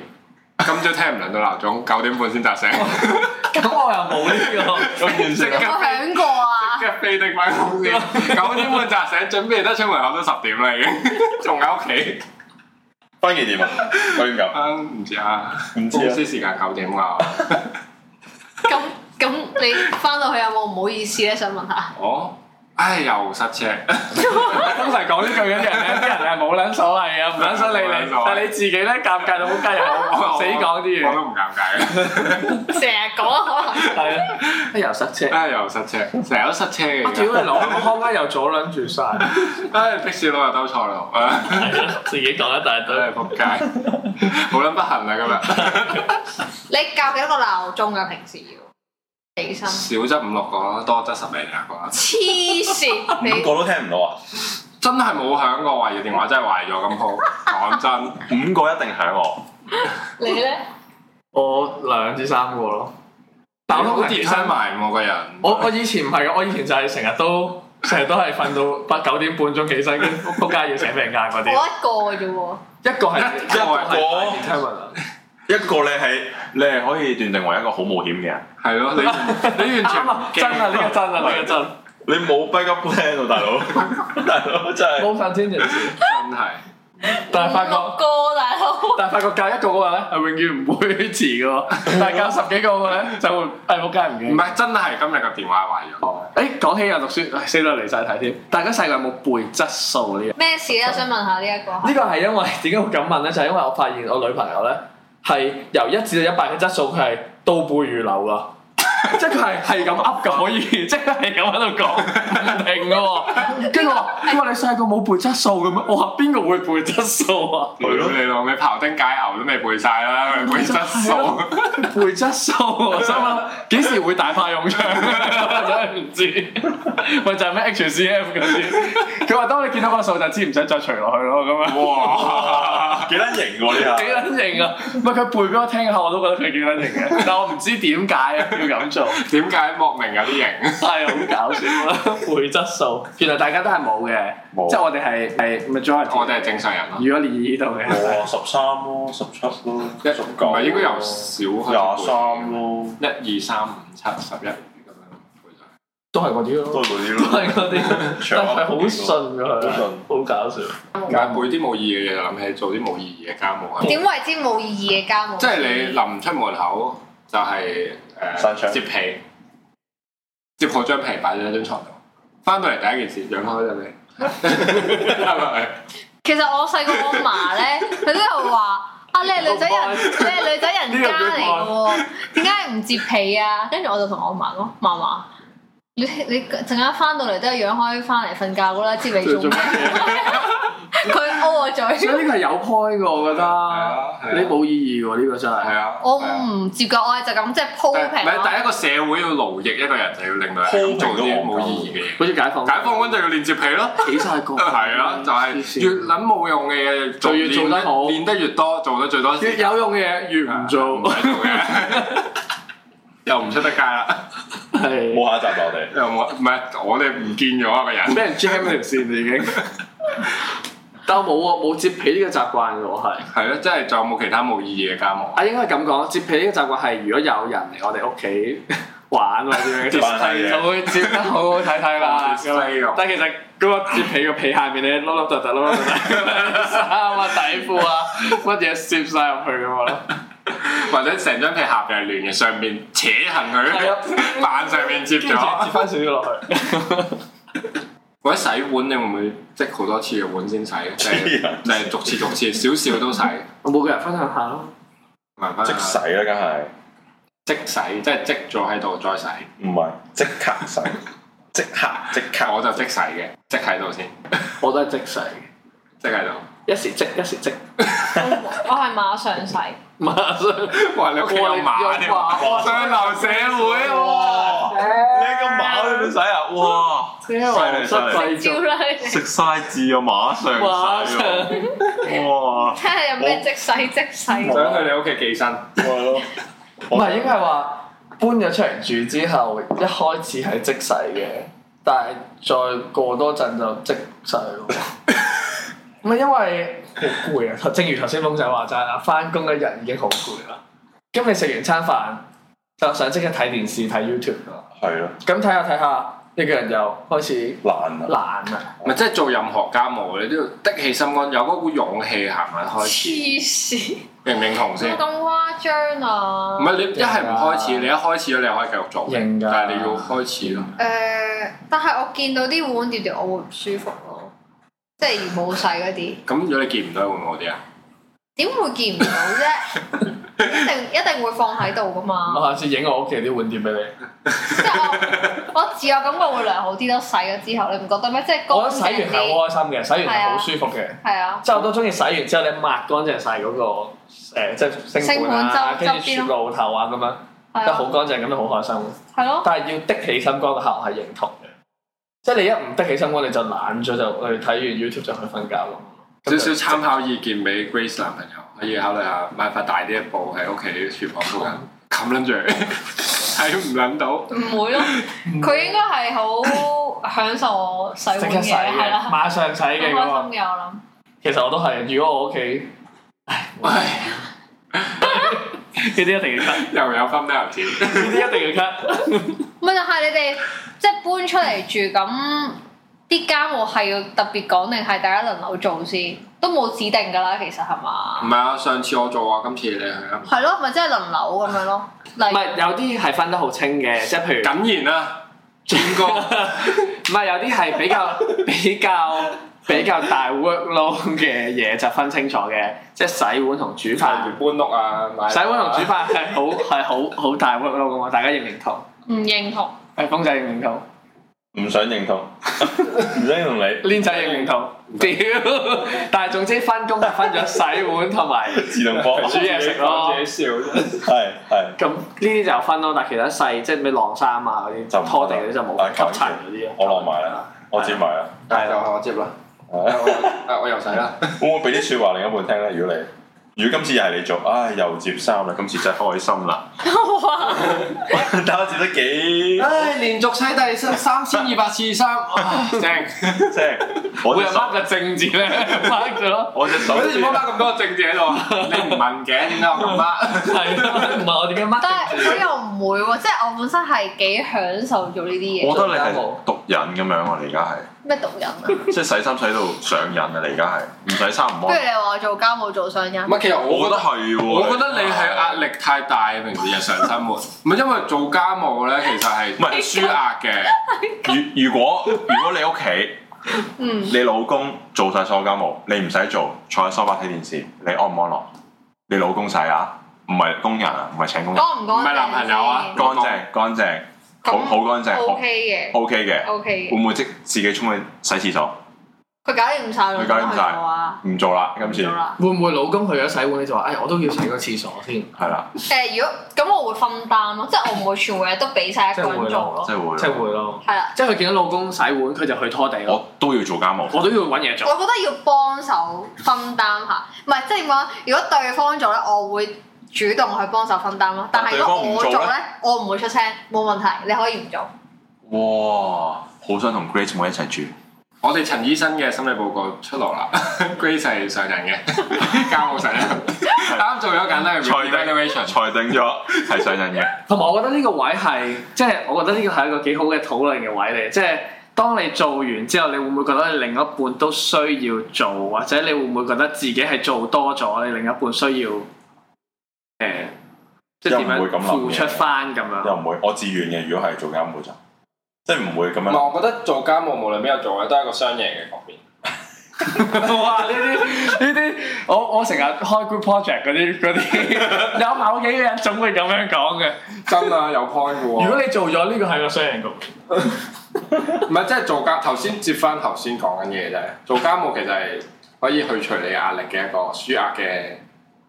Speaker 3: 今朝聽唔輪到鬧鐘，九點半先扎醒，
Speaker 4: 咁我又冇 呢個，
Speaker 3: 即刻
Speaker 1: 有冇響過哦啊？
Speaker 3: 嘅飛定翻公司，九點半扎醒，準備得出門口都十點啦已經， 仲喺屋企。
Speaker 5: 翻幾點啊？九點九，
Speaker 3: 啊唔知啊，
Speaker 5: 唔知啊
Speaker 3: 公司時間九點啊。
Speaker 1: 咁咁你翻到去有冇唔好意思咧？想問下。
Speaker 3: 哦，唉又塞車，
Speaker 6: 通常講呢句嘅啲人咧，啲人係冇撚所謂啊，唔撚想理
Speaker 3: 冇撚
Speaker 6: 你
Speaker 3: 所謂，
Speaker 6: 但係你自己咧尷尬到好雞
Speaker 3: 我
Speaker 6: 啊，死講啲
Speaker 3: 我
Speaker 6: 嘢，
Speaker 3: 都唔尷尬 嘅。
Speaker 1: 成日講啊，可能
Speaker 6: 係啊，又塞車。
Speaker 3: 唉哎又塞車，成日都塞車嘅
Speaker 6: 我
Speaker 3: 而
Speaker 6: 屌
Speaker 3: 家。
Speaker 6: 你老母，康威又阻撚住晒，
Speaker 3: 唉的士佬又兜錯路， 唉
Speaker 4: 啊自己講一大堆。
Speaker 3: 仆街，好撚不幸啊今日。
Speaker 1: 你教幾多個鬧鐘㗎？平時要起身。
Speaker 3: 少則五六個啦，多則十零廿個啦。
Speaker 1: 黐線，
Speaker 5: 五
Speaker 1: 你
Speaker 5: 個都聽唔到啊！
Speaker 3: 真係冇響過，話要電話真係壞咗咁好。講真，
Speaker 2: 五個一定響我，
Speaker 1: 你咧？
Speaker 4: 我兩至三個咯。
Speaker 3: 但
Speaker 4: 但
Speaker 3: 我
Speaker 4: 我
Speaker 3: 都好
Speaker 4: 都好
Speaker 3: 跌
Speaker 4: 跌
Speaker 3: 身
Speaker 4: 身
Speaker 3: 埋我個人。
Speaker 4: 我我以前唔係嘅，我以前就係成日都成日都係瞓到八九點半鐘起身，跟住仆街要請病呃假嗰
Speaker 1: 我
Speaker 6: 哦
Speaker 4: 啲。
Speaker 1: 一個嘅啫喎，
Speaker 4: 一個 係
Speaker 2: 一
Speaker 3: 一個係
Speaker 4: 係 determine 啊
Speaker 2: 個你係你係可以斷定為一個好冒險嘅人，
Speaker 3: 係 咯，你你完全
Speaker 4: 啱啊！真啊，呢個真啊，呢個真。
Speaker 2: 你冇 backup plan 啊，大佬，大佬 真係
Speaker 4: Low contingency，
Speaker 3: 真係
Speaker 4: 但係發
Speaker 1: 五六
Speaker 4: 覺
Speaker 1: 個大佬。
Speaker 4: 但係發覺教一個嗰個咧係永遠唔會遲嘅喎，但係教十幾個嗰個咧就會係仆哎街唔
Speaker 3: 唔
Speaker 4: 記得。
Speaker 3: 係真係今日個電話壞咗。
Speaker 6: 誒講起又讀書，唉死啦離晒題添。大家細個有冇背質素呢？
Speaker 1: 咩事咧？想問下呢一個。
Speaker 4: 呢個係因為點解會咁問咧？就係、因為我發現我女朋友咧係由一至到一百嘅質素，佢係倒背如流啊噶， 即係佢係係咁噏噶，可以即係係咁喺度講唔停噶喎。跟住我話：我話你細個冇背質素嘅咩？我話邊個會背質素啊？
Speaker 3: 屌你老味，庖丁解牛都未背晒啦，背質素。
Speaker 4: 背質素啊！心諗幾時會大派用場？ 真係唔知。咪就係咩 HCF 嗰啲。佢話當你見到個數就知唔使再除落去咯咁樣。
Speaker 3: 哇！
Speaker 5: 幾撚型喎呢下
Speaker 4: 幾？撚型啊！唔係佢背俾我聽下，我都覺得佢幾撚型 嘅，但我唔知點解啊要咁做，
Speaker 3: 點解莫名有啲型？
Speaker 4: 係好搞笑啊啦！背質素，
Speaker 6: 原來大家都係冇嘅，
Speaker 2: 冇
Speaker 6: 即係我哋係係 majority。
Speaker 3: 我哋係正常人咯，
Speaker 6: 如果你呢度嘅，
Speaker 5: 我十三咯，十七咯，
Speaker 3: 一
Speaker 5: 十
Speaker 3: 唔
Speaker 5: 九咯，
Speaker 3: 係應該由小
Speaker 5: 廿
Speaker 3: 開
Speaker 5: 三咯，
Speaker 3: 三，一二三五七十一咁樣背晒。
Speaker 4: 都係嗰啲
Speaker 5: 都
Speaker 4: 咯，
Speaker 5: 係嗰啲
Speaker 4: 都
Speaker 5: 咯。
Speaker 4: 係嗰啲，但係好順㗎
Speaker 5: 好
Speaker 4: 佢
Speaker 5: 順，
Speaker 4: 好搞笑。
Speaker 3: 但係背啲冇意義嘅嘢，就諗起做啲冇意義嘅家務啊係咪
Speaker 1: 點為之冇意義嘅家務？
Speaker 3: 即係你臨出門口就係、誒、
Speaker 5: 散場
Speaker 3: 接被，接好張被擺咗喺張床度。翻到嚟第一件事，養開 隻被，係咪？
Speaker 1: 其實我細個我嫲咧，佢都有話。啊！你係女仔人，你係女仔人家嚟嘅喎，點解唔接被啊？跟住我就同我嫲講：嫲嫲，你你陣間翻到嚟都係養開翻嚟瞓覺㗎啦，接被做咩？ 佢 O 我
Speaker 6: 所
Speaker 1: 嘴，
Speaker 6: 以呢個係有 point 嘅，我覺
Speaker 3: 啊係啊
Speaker 6: 得。你冇意義喎，呢個真係
Speaker 3: 係。啊，
Speaker 1: 我
Speaker 3: 係啊
Speaker 1: 唔接㗎，我係就咁即係鋪
Speaker 3: 但係
Speaker 1: 平
Speaker 3: 唔係
Speaker 1: 咯。
Speaker 3: 第一個社會要勞役一個人，就要令到人咁做啲冇意義嘅嘢。
Speaker 6: 好似解放軍
Speaker 3: 解放軍就要練接被咯。
Speaker 6: 起晒個。
Speaker 3: 係
Speaker 4: 嗯
Speaker 3: 啊，就係、
Speaker 6: 黐線
Speaker 3: 越撚冇用嘅嘢，
Speaker 6: 就越做得好
Speaker 3: 練得越多，做得最多時
Speaker 6: 越
Speaker 3: 間。
Speaker 6: 有用嘅嘢越唔做
Speaker 3: 唔。使做嘅，又唔出得街啦，
Speaker 4: 係
Speaker 7: 冇下一集啦我哋。
Speaker 3: 又冇唔係我哋唔見咗啊個人，
Speaker 4: 俾人 jam 咗條線啦已經。但我冇啊，冇接皮呢個習慣嘅我係。
Speaker 3: 係咯，即係仲有冇其他冇意義嘅家務？
Speaker 4: 啊，應該係咁講，接皮呢個習慣係如果有人嚟我哋屋企玩或者點樣
Speaker 7: 接翻係嘅
Speaker 4: 就會接得好好睇睇啦。
Speaker 3: 接西咯
Speaker 4: 但係其實嗰個接皮個皮下面咧，凹凹凸凸、凹凹凸凸，衫啊、底褲啊，乜嘢攝晒入去咁樣咯。
Speaker 3: 或者成張被下邊係亂嘅，上邊扯行
Speaker 4: 係啊
Speaker 3: 佢， 扮上面接
Speaker 4: 跟住接
Speaker 3: 咗。
Speaker 4: 翻少少落去。
Speaker 3: 或者洗碗，你會唔會即好多次嘅碗 先洗？即係
Speaker 4: 啊
Speaker 7: 黐
Speaker 3: 就係逐次逐次，少少都洗。
Speaker 4: 我每個人分享下咯。
Speaker 3: 慢慢
Speaker 7: 即洗啦，梗係
Speaker 3: 即洗，即係積咗喺度再洗。
Speaker 7: 唔係即刻洗，即刻即刻。
Speaker 3: 我就即洗嘅，即喺度先，
Speaker 4: 我都係即洗，
Speaker 3: 即喺度。
Speaker 4: 一時即一時即，
Speaker 1: 我係馬上洗，
Speaker 4: 馬上。
Speaker 3: 哇！你屋企有馬添，啊上流社會喎。
Speaker 7: 你個馬你都洗啊！哇，
Speaker 4: 即係皇室貴
Speaker 1: 招
Speaker 4: 族，
Speaker 1: 啦，
Speaker 2: 食晒字啊，馬
Speaker 4: 馬
Speaker 2: 上洗
Speaker 4: 上
Speaker 2: 喎，哇！
Speaker 1: 睇下有咩即洗即洗。
Speaker 3: 想去你屋企寄生，
Speaker 7: 咪咯，
Speaker 6: 唔係應該係話搬咗出嚟住之後，一開始係即洗嘅，但係再過多陣就即洗咯。 唔係因為好攰啊，正如頭先翁仔話齋啦，翻工嘅人已經好攰啦。咁你食完餐飯就想即刻睇電視睇 YouTube 啦。
Speaker 7: 係咯，
Speaker 6: 咁睇下睇下，呢個人又開始
Speaker 7: 難啊！
Speaker 6: 懶啦。
Speaker 3: 咪即係做任何家務，你都要的起心肝，有嗰股勇氣行埋開始，
Speaker 1: 黐線，
Speaker 3: 認唔認同先
Speaker 1: 有？咁誇張啊
Speaker 3: 唔！係你一係唔開始，你一開始咗你可以繼續做
Speaker 6: 認
Speaker 3: 嘅，
Speaker 6: 㗎
Speaker 3: 但係你要開始咯。
Speaker 1: 誒、呃但係我見到啲碗碟碟，我會唔舒服咯，即係冇洗嗰啲，
Speaker 3: 咁如果你見唔到會唔會好啲啊？
Speaker 1: 點會見唔到啫？一定 一定會放喺度噶嘛，
Speaker 6: 我下次影我屋企啲碗碟俾你。
Speaker 1: 即係我我自我感覺會良好啲咯。洗咗之後，你唔覺得咩？即係乾
Speaker 6: 我覺得洗
Speaker 1: 淨
Speaker 6: 完係好
Speaker 1: 啲，
Speaker 6: 開心嘅，洗完係
Speaker 1: 係
Speaker 6: 好
Speaker 1: 啊
Speaker 6: 舒服嘅。
Speaker 1: 係啊，
Speaker 6: 即係我都中意洗完之後，你抹乾淨晒嗰個誒，即係星盤啊，
Speaker 1: 星
Speaker 6: 跟
Speaker 1: 盤周
Speaker 6: 住雪露頭啊咁樣，
Speaker 1: 係
Speaker 6: 得好
Speaker 1: 啊，
Speaker 6: 乾淨咁樣好開心。
Speaker 1: 係咯，
Speaker 6: 但係要的起心肝嘅客我係認同嘅，即係你一唔的起心肝，你就懶咗就去睇完 YouTube 就去瞓覺咯。
Speaker 3: 少少參考意見俾 Grace 男朋友，可以考慮下買塊大啲嘅布喺屋企廚房 附近冚撚住， 睇唔撚到。
Speaker 1: 唔會咯，佢應該係好享受我洗碗
Speaker 6: 即刻
Speaker 1: 嘅，
Speaker 6: 洗
Speaker 1: 係
Speaker 6: 嘅
Speaker 1: 啦，，
Speaker 6: 馬上洗
Speaker 1: 好
Speaker 6: 嘅
Speaker 1: 開
Speaker 6: 嗰個。
Speaker 1: 心嘅我諗。
Speaker 6: 其實我都係，如果我屋企呢
Speaker 3: 唉，
Speaker 6: 啲一定要 cut，呢
Speaker 3: 又有分 i 條片，
Speaker 6: 啲一定要 cut。
Speaker 1: 咪就係你哋即係搬出嚟住咁，啲家務係要特別講定係大家輪流做先，都冇指定㗎啦，其實係
Speaker 3: 唔
Speaker 1: 嘛？
Speaker 3: 係啊，上次我做啊，今次你去啊。
Speaker 1: 係咯，咪即係輪流咁樣咯。例
Speaker 6: 唔係
Speaker 1: 如
Speaker 6: 有啲係分得好清嘅，即係譬如。
Speaker 3: 緊言啦，邊 個？
Speaker 6: 唔係有啲係比 較比較比較大 workload 嘅嘢就分清楚嘅，即係洗碗同煮飯。
Speaker 3: 例如搬屋啊，買
Speaker 6: 洗碗同煮飯係好 係好好大 workload 噶嘛，大家認唔認同？
Speaker 1: 唔認同，
Speaker 6: 係風仔認唔認同？
Speaker 7: 唔想認 同，唔想認同你，
Speaker 6: 僆仔認唔認同？屌！但係總之分工係分咗洗碗同埋
Speaker 7: 自動 波
Speaker 6: 煮嘢食咯。
Speaker 3: 自己笑
Speaker 7: 係係。
Speaker 6: 咁呢啲就分咯，但係其他細即係咩晾衫啊嗰
Speaker 7: 就唔
Speaker 6: 啲
Speaker 7: 分
Speaker 6: 拖地嗰啲就冇
Speaker 7: 啊
Speaker 6: 吸塵嗰啲咯。
Speaker 7: 我落埋啦，我接埋啦。
Speaker 6: 係
Speaker 3: 就
Speaker 6: 啦
Speaker 3: 我接 啦，
Speaker 7: 係
Speaker 3: 啊我我又洗啦。
Speaker 7: 會唔會俾啲説話另一半聽咧？如果你如果今次又係你做，唉，又接衫啦，今次真係開心啦。 但我接得幾
Speaker 3: 唉，連續洗第三千二百次 衫，唉正。
Speaker 7: 即係我
Speaker 6: 每
Speaker 7: 隻
Speaker 6: 日
Speaker 7: 手，
Speaker 6: 掹個政治 咧掹咗咯，
Speaker 7: 我隻手
Speaker 3: 嗰
Speaker 7: 指
Speaker 3: 啲唔好拉咁多政治喺度，啊你唔問嘅點解我咁拉？
Speaker 6: 係啊咯唔係我點解掹
Speaker 1: 但
Speaker 6: 政治？
Speaker 1: 係我又唔會喎，即係我本身係幾享受做呢啲
Speaker 2: 我
Speaker 1: 嘢，
Speaker 2: 覺得你係毒癮咁樣啊！你而家係，
Speaker 1: 咩毒人啊？
Speaker 2: 即係洗衫洗到上癮啊！你而家係唔洗衫唔
Speaker 1: 不如
Speaker 2: 安，
Speaker 1: 你話我做家務做上癮
Speaker 3: 唔，係，其實
Speaker 2: 我
Speaker 3: 我
Speaker 2: 覺得
Speaker 3: 覺得。
Speaker 2: 係喎。
Speaker 3: 我覺得你係啊壓力太大，平時日常 生活，唔係因為做家務咧，其實係
Speaker 2: 唔係
Speaker 3: 舒壓嘅，
Speaker 2: 如如果如果你屋企
Speaker 1: 嗯，
Speaker 2: 你老公做晒所有家務，你唔使做，坐喺梳化睇電視，你安唔安樂？你老公洗啊，唔係工人啊，唔係請工人，
Speaker 1: 乾唔乾淨
Speaker 3: 唔係男朋友啊
Speaker 1: 先
Speaker 2: 乾淨乾淨，好好乾淨好
Speaker 1: ，OK 嘅
Speaker 2: ，OK 嘅，
Speaker 1: ，OK
Speaker 2: 會
Speaker 1: 嘅，
Speaker 2: 唔會即自己衝去洗廁所？
Speaker 1: 佢搞掂晒啦，
Speaker 2: 佢搞掂晒
Speaker 1: 啊，
Speaker 2: 唔做啦，今次
Speaker 1: 做啦。
Speaker 6: 會唔會老公去咗洗碗你就話：哎，我都要洗個廁所先，
Speaker 2: 係啦，
Speaker 1: 誒、如果咁，我會分擔咯，即係我唔會全部嘢都俾晒一個人做咯
Speaker 2: 即，係
Speaker 5: 啊
Speaker 6: 即係
Speaker 2: 會，
Speaker 6: 會咯。
Speaker 1: 係啦。
Speaker 6: 即係佢見到老公洗碗，佢就去拖地咯。
Speaker 2: 我都要做家務。
Speaker 6: 我都要揾嘢做。
Speaker 1: 我覺得要幫手分擔下，唔係即係點講？如果對方做咧，我會主動去幫手分擔咯。但係如果我做咧，我唔會出聲，冇問題，你可以唔做。
Speaker 2: 哇！好想同 Grace 妹一齊住，
Speaker 3: 我哋陳醫生嘅心理報告出爐啦 ，Grace 係上人嘅， 交冇上人，啱做咗簡單嘅
Speaker 2: 裁定
Speaker 3: evaluation。
Speaker 2: 裁定咗係上癮嘅，
Speaker 6: 同埋我覺得呢個位係，即係我覺得呢個係一個幾好嘅討論嘅位嚟，即係當你做完之後，你會唔會覺得你另一半都需要做，或者你會唔會覺得自己係做多咗，你另一半需要誒、呃即係點
Speaker 5: 又唔會咁諗
Speaker 6: 樣
Speaker 5: 嘅
Speaker 6: 付出翻咁
Speaker 5: 又
Speaker 6: 樣？
Speaker 5: 唔會，我自願嘅。如果係做監護就，即係唔會咁
Speaker 3: 唔
Speaker 5: 樣。
Speaker 6: 啊
Speaker 3: 係，我覺得做家務無論邊個做嘅，都係一個雙贏嘅局面。
Speaker 6: 哇！呢啲呢啲，我我成日開 group project 嗰啲嗰 啲，有某幾個人總會咁樣講嘅。
Speaker 3: 真啊，有 point 嘅喎。
Speaker 6: 如果你做咗呢個係個雙贏局，
Speaker 3: 唔係，即係做家頭先接翻頭先講緊嘅嘢啫。做家務其實係可以去除你壓力嘅一個舒壓嘅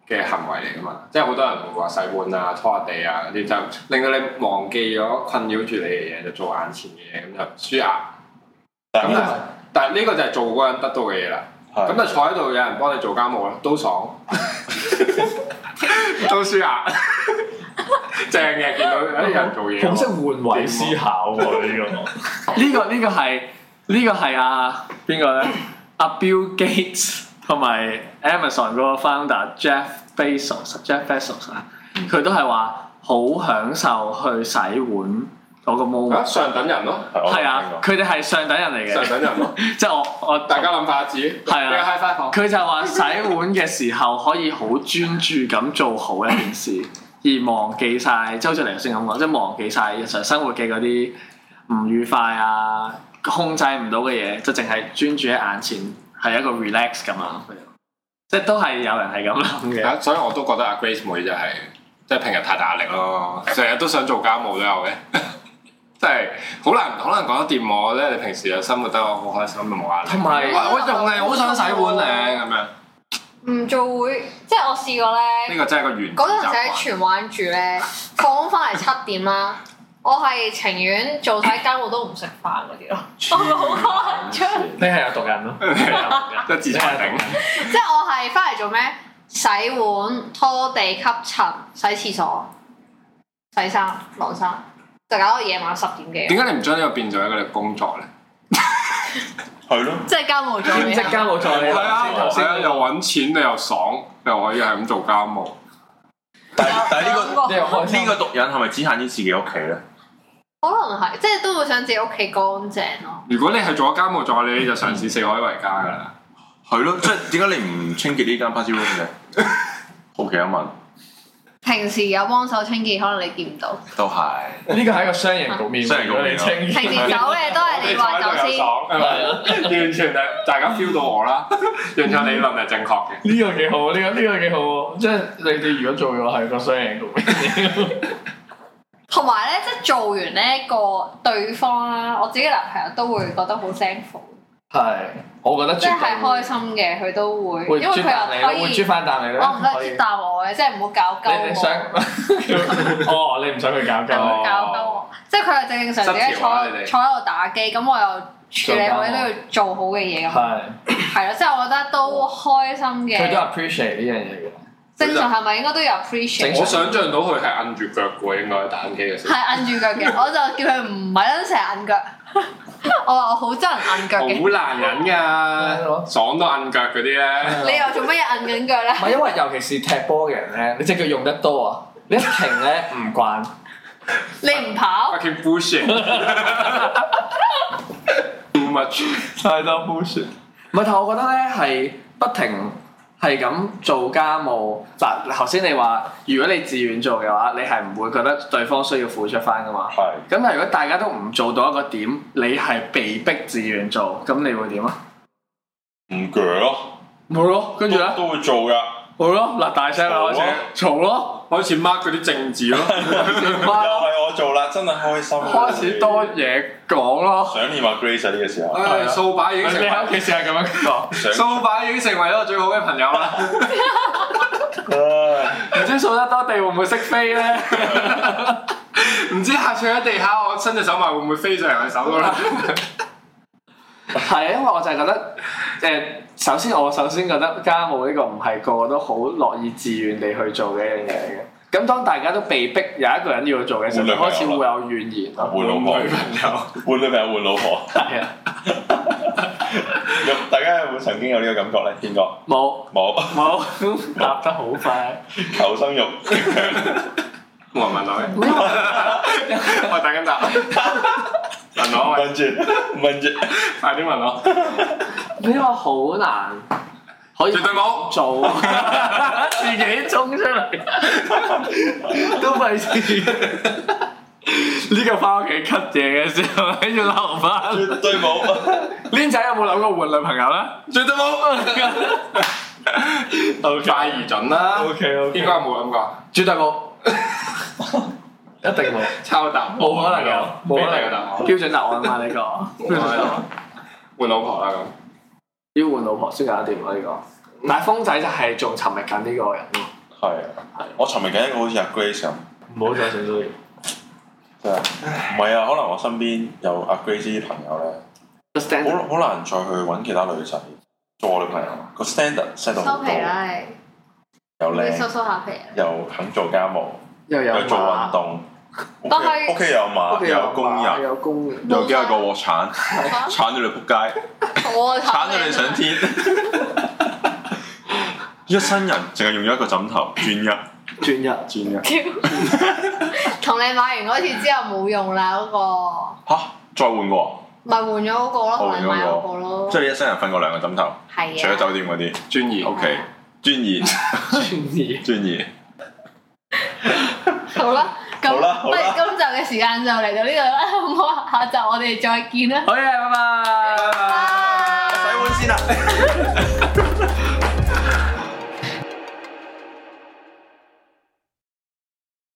Speaker 3: 嘅行為嚟噶嘛。即係好多人會話洗碗啊、拖下地啊嗰啲，就令到你忘記咗困擾住你嘅嘢，就做眼前嘅嘢，咁就舒壓。
Speaker 5: 但
Speaker 3: 咁
Speaker 5: 係
Speaker 3: 但但係呢個就係做嗰個人得到嘅嘢啦。咁
Speaker 6: 啊
Speaker 5: 係
Speaker 3: 就坐喺度有人幫你做家務咯，都爽， 都舒 壓，正嘅見到哎有人做嘢喎。
Speaker 4: 好識換位思考喎呢
Speaker 6: 呢個呢個係呢個係啊邊個咧？阿 Bill Gates 同埋 Amazon 嗰個 founder Jeff Bezos，Jeff Bezos 啊，佢都係話好享受去洗碗嗰個 moment。
Speaker 3: 啊上等人咯，
Speaker 5: 係我
Speaker 6: 係
Speaker 5: 聽
Speaker 6: 啊
Speaker 5: 過，
Speaker 6: 佢哋係上等人嚟
Speaker 3: 上
Speaker 6: 嘅，
Speaker 3: 等人咯，
Speaker 6: 即係我我
Speaker 3: 大家諗下自己，
Speaker 6: 係啊
Speaker 3: 你 high five 我
Speaker 6: 佢就話洗碗嘅時候可以好專注咁做好一件事，而忘記晒，即係好似你頭先咁講，即係忘記晒日常生活嘅嗰啲唔愉快啊，控制唔到嘅嘢，就淨係專注喺眼前，係一個 relax 咁啊，即係都係有人係咁諗嘅。
Speaker 3: 所以我都覺得阿 Grace 妹就係即係平日太大壓力咯，成日都想做家務都有嘅， 即係好難好難講得掂我咧。你平時又生活得我好開心，冇壓力。
Speaker 6: 同埋
Speaker 3: 我我仲係好想洗碗咧，咁樣呢
Speaker 1: 唔做會，即係我試過咧。
Speaker 3: 個真係個原
Speaker 1: 嗰陣時喺
Speaker 3: 習慣
Speaker 1: 荃灣住咧，放工翻嚟七點啦，我係情願做晒家務都唔食飯嗰啲咯，我好誇張。
Speaker 6: 你係有毒癮咯，
Speaker 3: 啊
Speaker 6: 你係有毒癮
Speaker 3: 即係自殘頂。
Speaker 1: 即係我係翻嚟做咩？洗碗、拖地、吸塵、洗廁所、洗衫、晾衫，就搞到夜晚十點幾。
Speaker 3: 點解你唔將呢個變做一個你工作咧？
Speaker 5: 係咯，
Speaker 1: 即係家務做
Speaker 6: 兼
Speaker 1: 嘢
Speaker 6: 職家務助理
Speaker 3: 係啊，
Speaker 6: 頭
Speaker 3: 係
Speaker 6: 先
Speaker 3: 啊，又揾錢，你又爽，你又可以係咁做家務。
Speaker 5: 但係
Speaker 6: 啊
Speaker 5: 但係呢個
Speaker 1: 有諗過
Speaker 2: 呢個毒癮係咪只限於自己屋企咧？
Speaker 1: 可能係，即係都會想自己屋企乾淨咯。
Speaker 3: 如果你係做咗家務助理，你就嘗試四海為家㗎啦。
Speaker 2: 係咯，即係點解你唔清潔呢間 party room 嘅？ 好奇一問，
Speaker 1: 平時有幫手清潔，可能你見唔到。
Speaker 2: 都係
Speaker 6: 呢個係一個雙贏局面，
Speaker 2: 雙贏局面啊
Speaker 6: 如果你清
Speaker 1: 平時走嘅都係你話走 先。
Speaker 3: 係咪？完全係大家 feel 到我啦，完全理論係正確嘅。
Speaker 6: 呢個幾好，呢、個呢、個幾好喎，即係你哋如果做嘅話係個雙贏局面。
Speaker 1: 同埋咧，即係做完呢個對方啦，我自己嘅男朋友都會覺得好 thankful，
Speaker 6: 係，我覺得
Speaker 1: 即
Speaker 6: 絕
Speaker 1: 係
Speaker 6: 對
Speaker 1: 開心嘅，佢都會，
Speaker 6: 會
Speaker 1: 因為
Speaker 6: 啜啖
Speaker 1: 佢
Speaker 6: 你
Speaker 1: 又
Speaker 6: 咯，
Speaker 1: 可
Speaker 6: 會
Speaker 1: 以
Speaker 6: 啜。翻啖你
Speaker 1: 我唔，
Speaker 6: 咯可
Speaker 1: 得
Speaker 6: 以。
Speaker 1: 答我嘅，即係唔好搞鳩
Speaker 6: 你你想
Speaker 1: 我。？
Speaker 6: 哦，你唔想佢 搞
Speaker 1: 係
Speaker 6: 鳩？
Speaker 1: 會搞鳩
Speaker 3: 哦
Speaker 1: 我，即係佢又正正常常地
Speaker 3: 失
Speaker 1: 坐
Speaker 3: 調啊你哋
Speaker 1: 坐喺度打機，咁我又處理好
Speaker 6: 做家務
Speaker 1: 嘢都要做好嘅嘢咁，
Speaker 6: 係，
Speaker 1: 係咯，即係我覺得都開心
Speaker 6: 佢都
Speaker 1: 嘅。
Speaker 6: appreciate 呢樣嘢嘅。
Speaker 1: 正常係咪應該都有
Speaker 6: 正
Speaker 1: appreciate？
Speaker 3: 我想像到佢係摁住腳嘅，應該彈機嘅 時候。
Speaker 1: 係摁住腳嘅，我就叫佢唔係啦，成日摁腳。 我話我好憎人摁腳
Speaker 3: 好
Speaker 1: 嘅，
Speaker 3: 難忍㗎，爽到摁腳嗰啲咧。
Speaker 1: 你又做乜嘢摁緊腳咧
Speaker 6: 唔？係因為尤其是踢波嘅人咧，你隻腳用得多啊，你一停咧唔慣。
Speaker 1: 你唔跑，
Speaker 3: fucking bullshit。Too much。
Speaker 6: 太多 bullshit。唔係，但我覺得咧係不停係咁做家務。嗱，頭先你話如果你自願做嘅話，你係唔會覺得對方需要付出翻噶嘛？
Speaker 5: 係
Speaker 6: 咁但係如果大家都唔做到一個點，你係被逼自願做，咁你會點啊？
Speaker 5: 唔鋸咯，
Speaker 6: 冇咯，跟住咧
Speaker 5: 都，都會做㗎。
Speaker 6: 冇咯，嗱大聲啦，開始嘈咯，
Speaker 3: 開始 mark 嗰啲政治咯，
Speaker 6: 啊
Speaker 5: 又係我做啦，真係開心。
Speaker 6: 開始多嘢講咯。
Speaker 5: 想念阿 Grace 啊呢個時 候，
Speaker 3: 唉，掃把已
Speaker 6: 你
Speaker 3: 經成為
Speaker 6: 喺屋企試下咁樣講，
Speaker 5: 想
Speaker 3: 掃把已經成為咗我最好嘅朋友啦。
Speaker 5: 唉
Speaker 6: 唔知掃得多地會唔會識飛咧？
Speaker 3: 唔知下次喺地下，我 伸隻手埋會唔會飛上人嘅手度啦？
Speaker 6: 係啊，因為我就係覺得誒，首先我首先覺得家務呢個唔係個個都好樂意自願地去做嘅一樣嘢嚟嘅。咁當大家都被逼有一個人要做嘅時
Speaker 2: 換
Speaker 6: 候，
Speaker 2: 女
Speaker 6: 就
Speaker 2: 朋友
Speaker 6: 開始會有怨言啦。
Speaker 2: 換老婆，
Speaker 3: 女朋 友。
Speaker 2: 換女朋友換老婆，
Speaker 6: 係啊，
Speaker 2: 有大家有冇曾經有呢個感覺咧？邊個
Speaker 6: 冇
Speaker 2: 冇？
Speaker 6: 冇 答得好快。
Speaker 2: 求生欲極強，
Speaker 3: 冇人問我嘅，
Speaker 6: 我等緊答。
Speaker 3: 問我喂，
Speaker 2: 問住問住，
Speaker 3: 快啲問我。
Speaker 6: 呢個好難可以
Speaker 3: 絕對冇
Speaker 6: 做，自己衝出嚟都費事。 呢個翻屋企 cut 嘢嘅時候，跟住留翻。
Speaker 2: 絕對冇。
Speaker 6: 僆仔有冇諗過換女朋友咧？
Speaker 3: 絕對冇。快而準啦。
Speaker 6: OK
Speaker 3: 應該冇諗過，
Speaker 6: 絕對冇，一定冇，
Speaker 3: 抄答案
Speaker 6: 冇可能有，冇
Speaker 3: 俾
Speaker 6: 可能
Speaker 3: 你個答案
Speaker 6: 標準答案嘛呢個，
Speaker 3: 冇可能有換老婆啦咁。
Speaker 6: 要換老婆先搞掂啊呢 個。但係風仔就係仲尋覓緊呢個人咯，
Speaker 2: 係啊，我尋日緊一個好似阿 Grace 咁，
Speaker 6: 唔好再整到
Speaker 2: 真係唔係啊？可能我身邊有阿 Grace 啲朋友咧，
Speaker 6: standard
Speaker 2: 好好難再去揾其他女仔做我女朋友。個 standard set 到
Speaker 1: 收
Speaker 2: 好高，
Speaker 1: 皮啦，你
Speaker 2: 又
Speaker 1: 你收
Speaker 2: 靚，
Speaker 1: 收下皮啊。
Speaker 2: 又肯做家務，
Speaker 6: 又有
Speaker 2: 又做運
Speaker 6: 馬，
Speaker 2: 動，
Speaker 1: 但係
Speaker 2: 屋企有馬，有工
Speaker 6: 馬
Speaker 2: 人，
Speaker 6: 有工人，
Speaker 8: 有幾下個鑊鏟，
Speaker 1: 嚇
Speaker 8: 鏟咗你仆街，
Speaker 1: 我
Speaker 8: 鏟咗你上天。 一生人淨係用咗一個枕頭，專一。
Speaker 6: 轉日轉日，
Speaker 1: 屌同你買完嗰次之後冇用啦，嗰個
Speaker 8: 吓，再換過，啊
Speaker 1: 咪換咗嗰個咯，
Speaker 8: 哦
Speaker 1: 同你買嗰個咯
Speaker 8: 即，係你一生人瞓過兩個枕頭，除咗
Speaker 1: 係啊
Speaker 8: 酒。店嗰啲。
Speaker 3: 專業
Speaker 8: O K，專業，
Speaker 6: 轉日。
Speaker 8: 專業。
Speaker 1: 好啦，咁
Speaker 2: 好啦好
Speaker 1: 不如
Speaker 2: 啦
Speaker 1: 今集嘅時間就嚟到呢度啦，好唔好啊？下集我哋再見啦，
Speaker 6: 好嘢，拜
Speaker 1: 拜
Speaker 6: 拜。
Speaker 1: 拜。
Speaker 2: 洗碗先啊！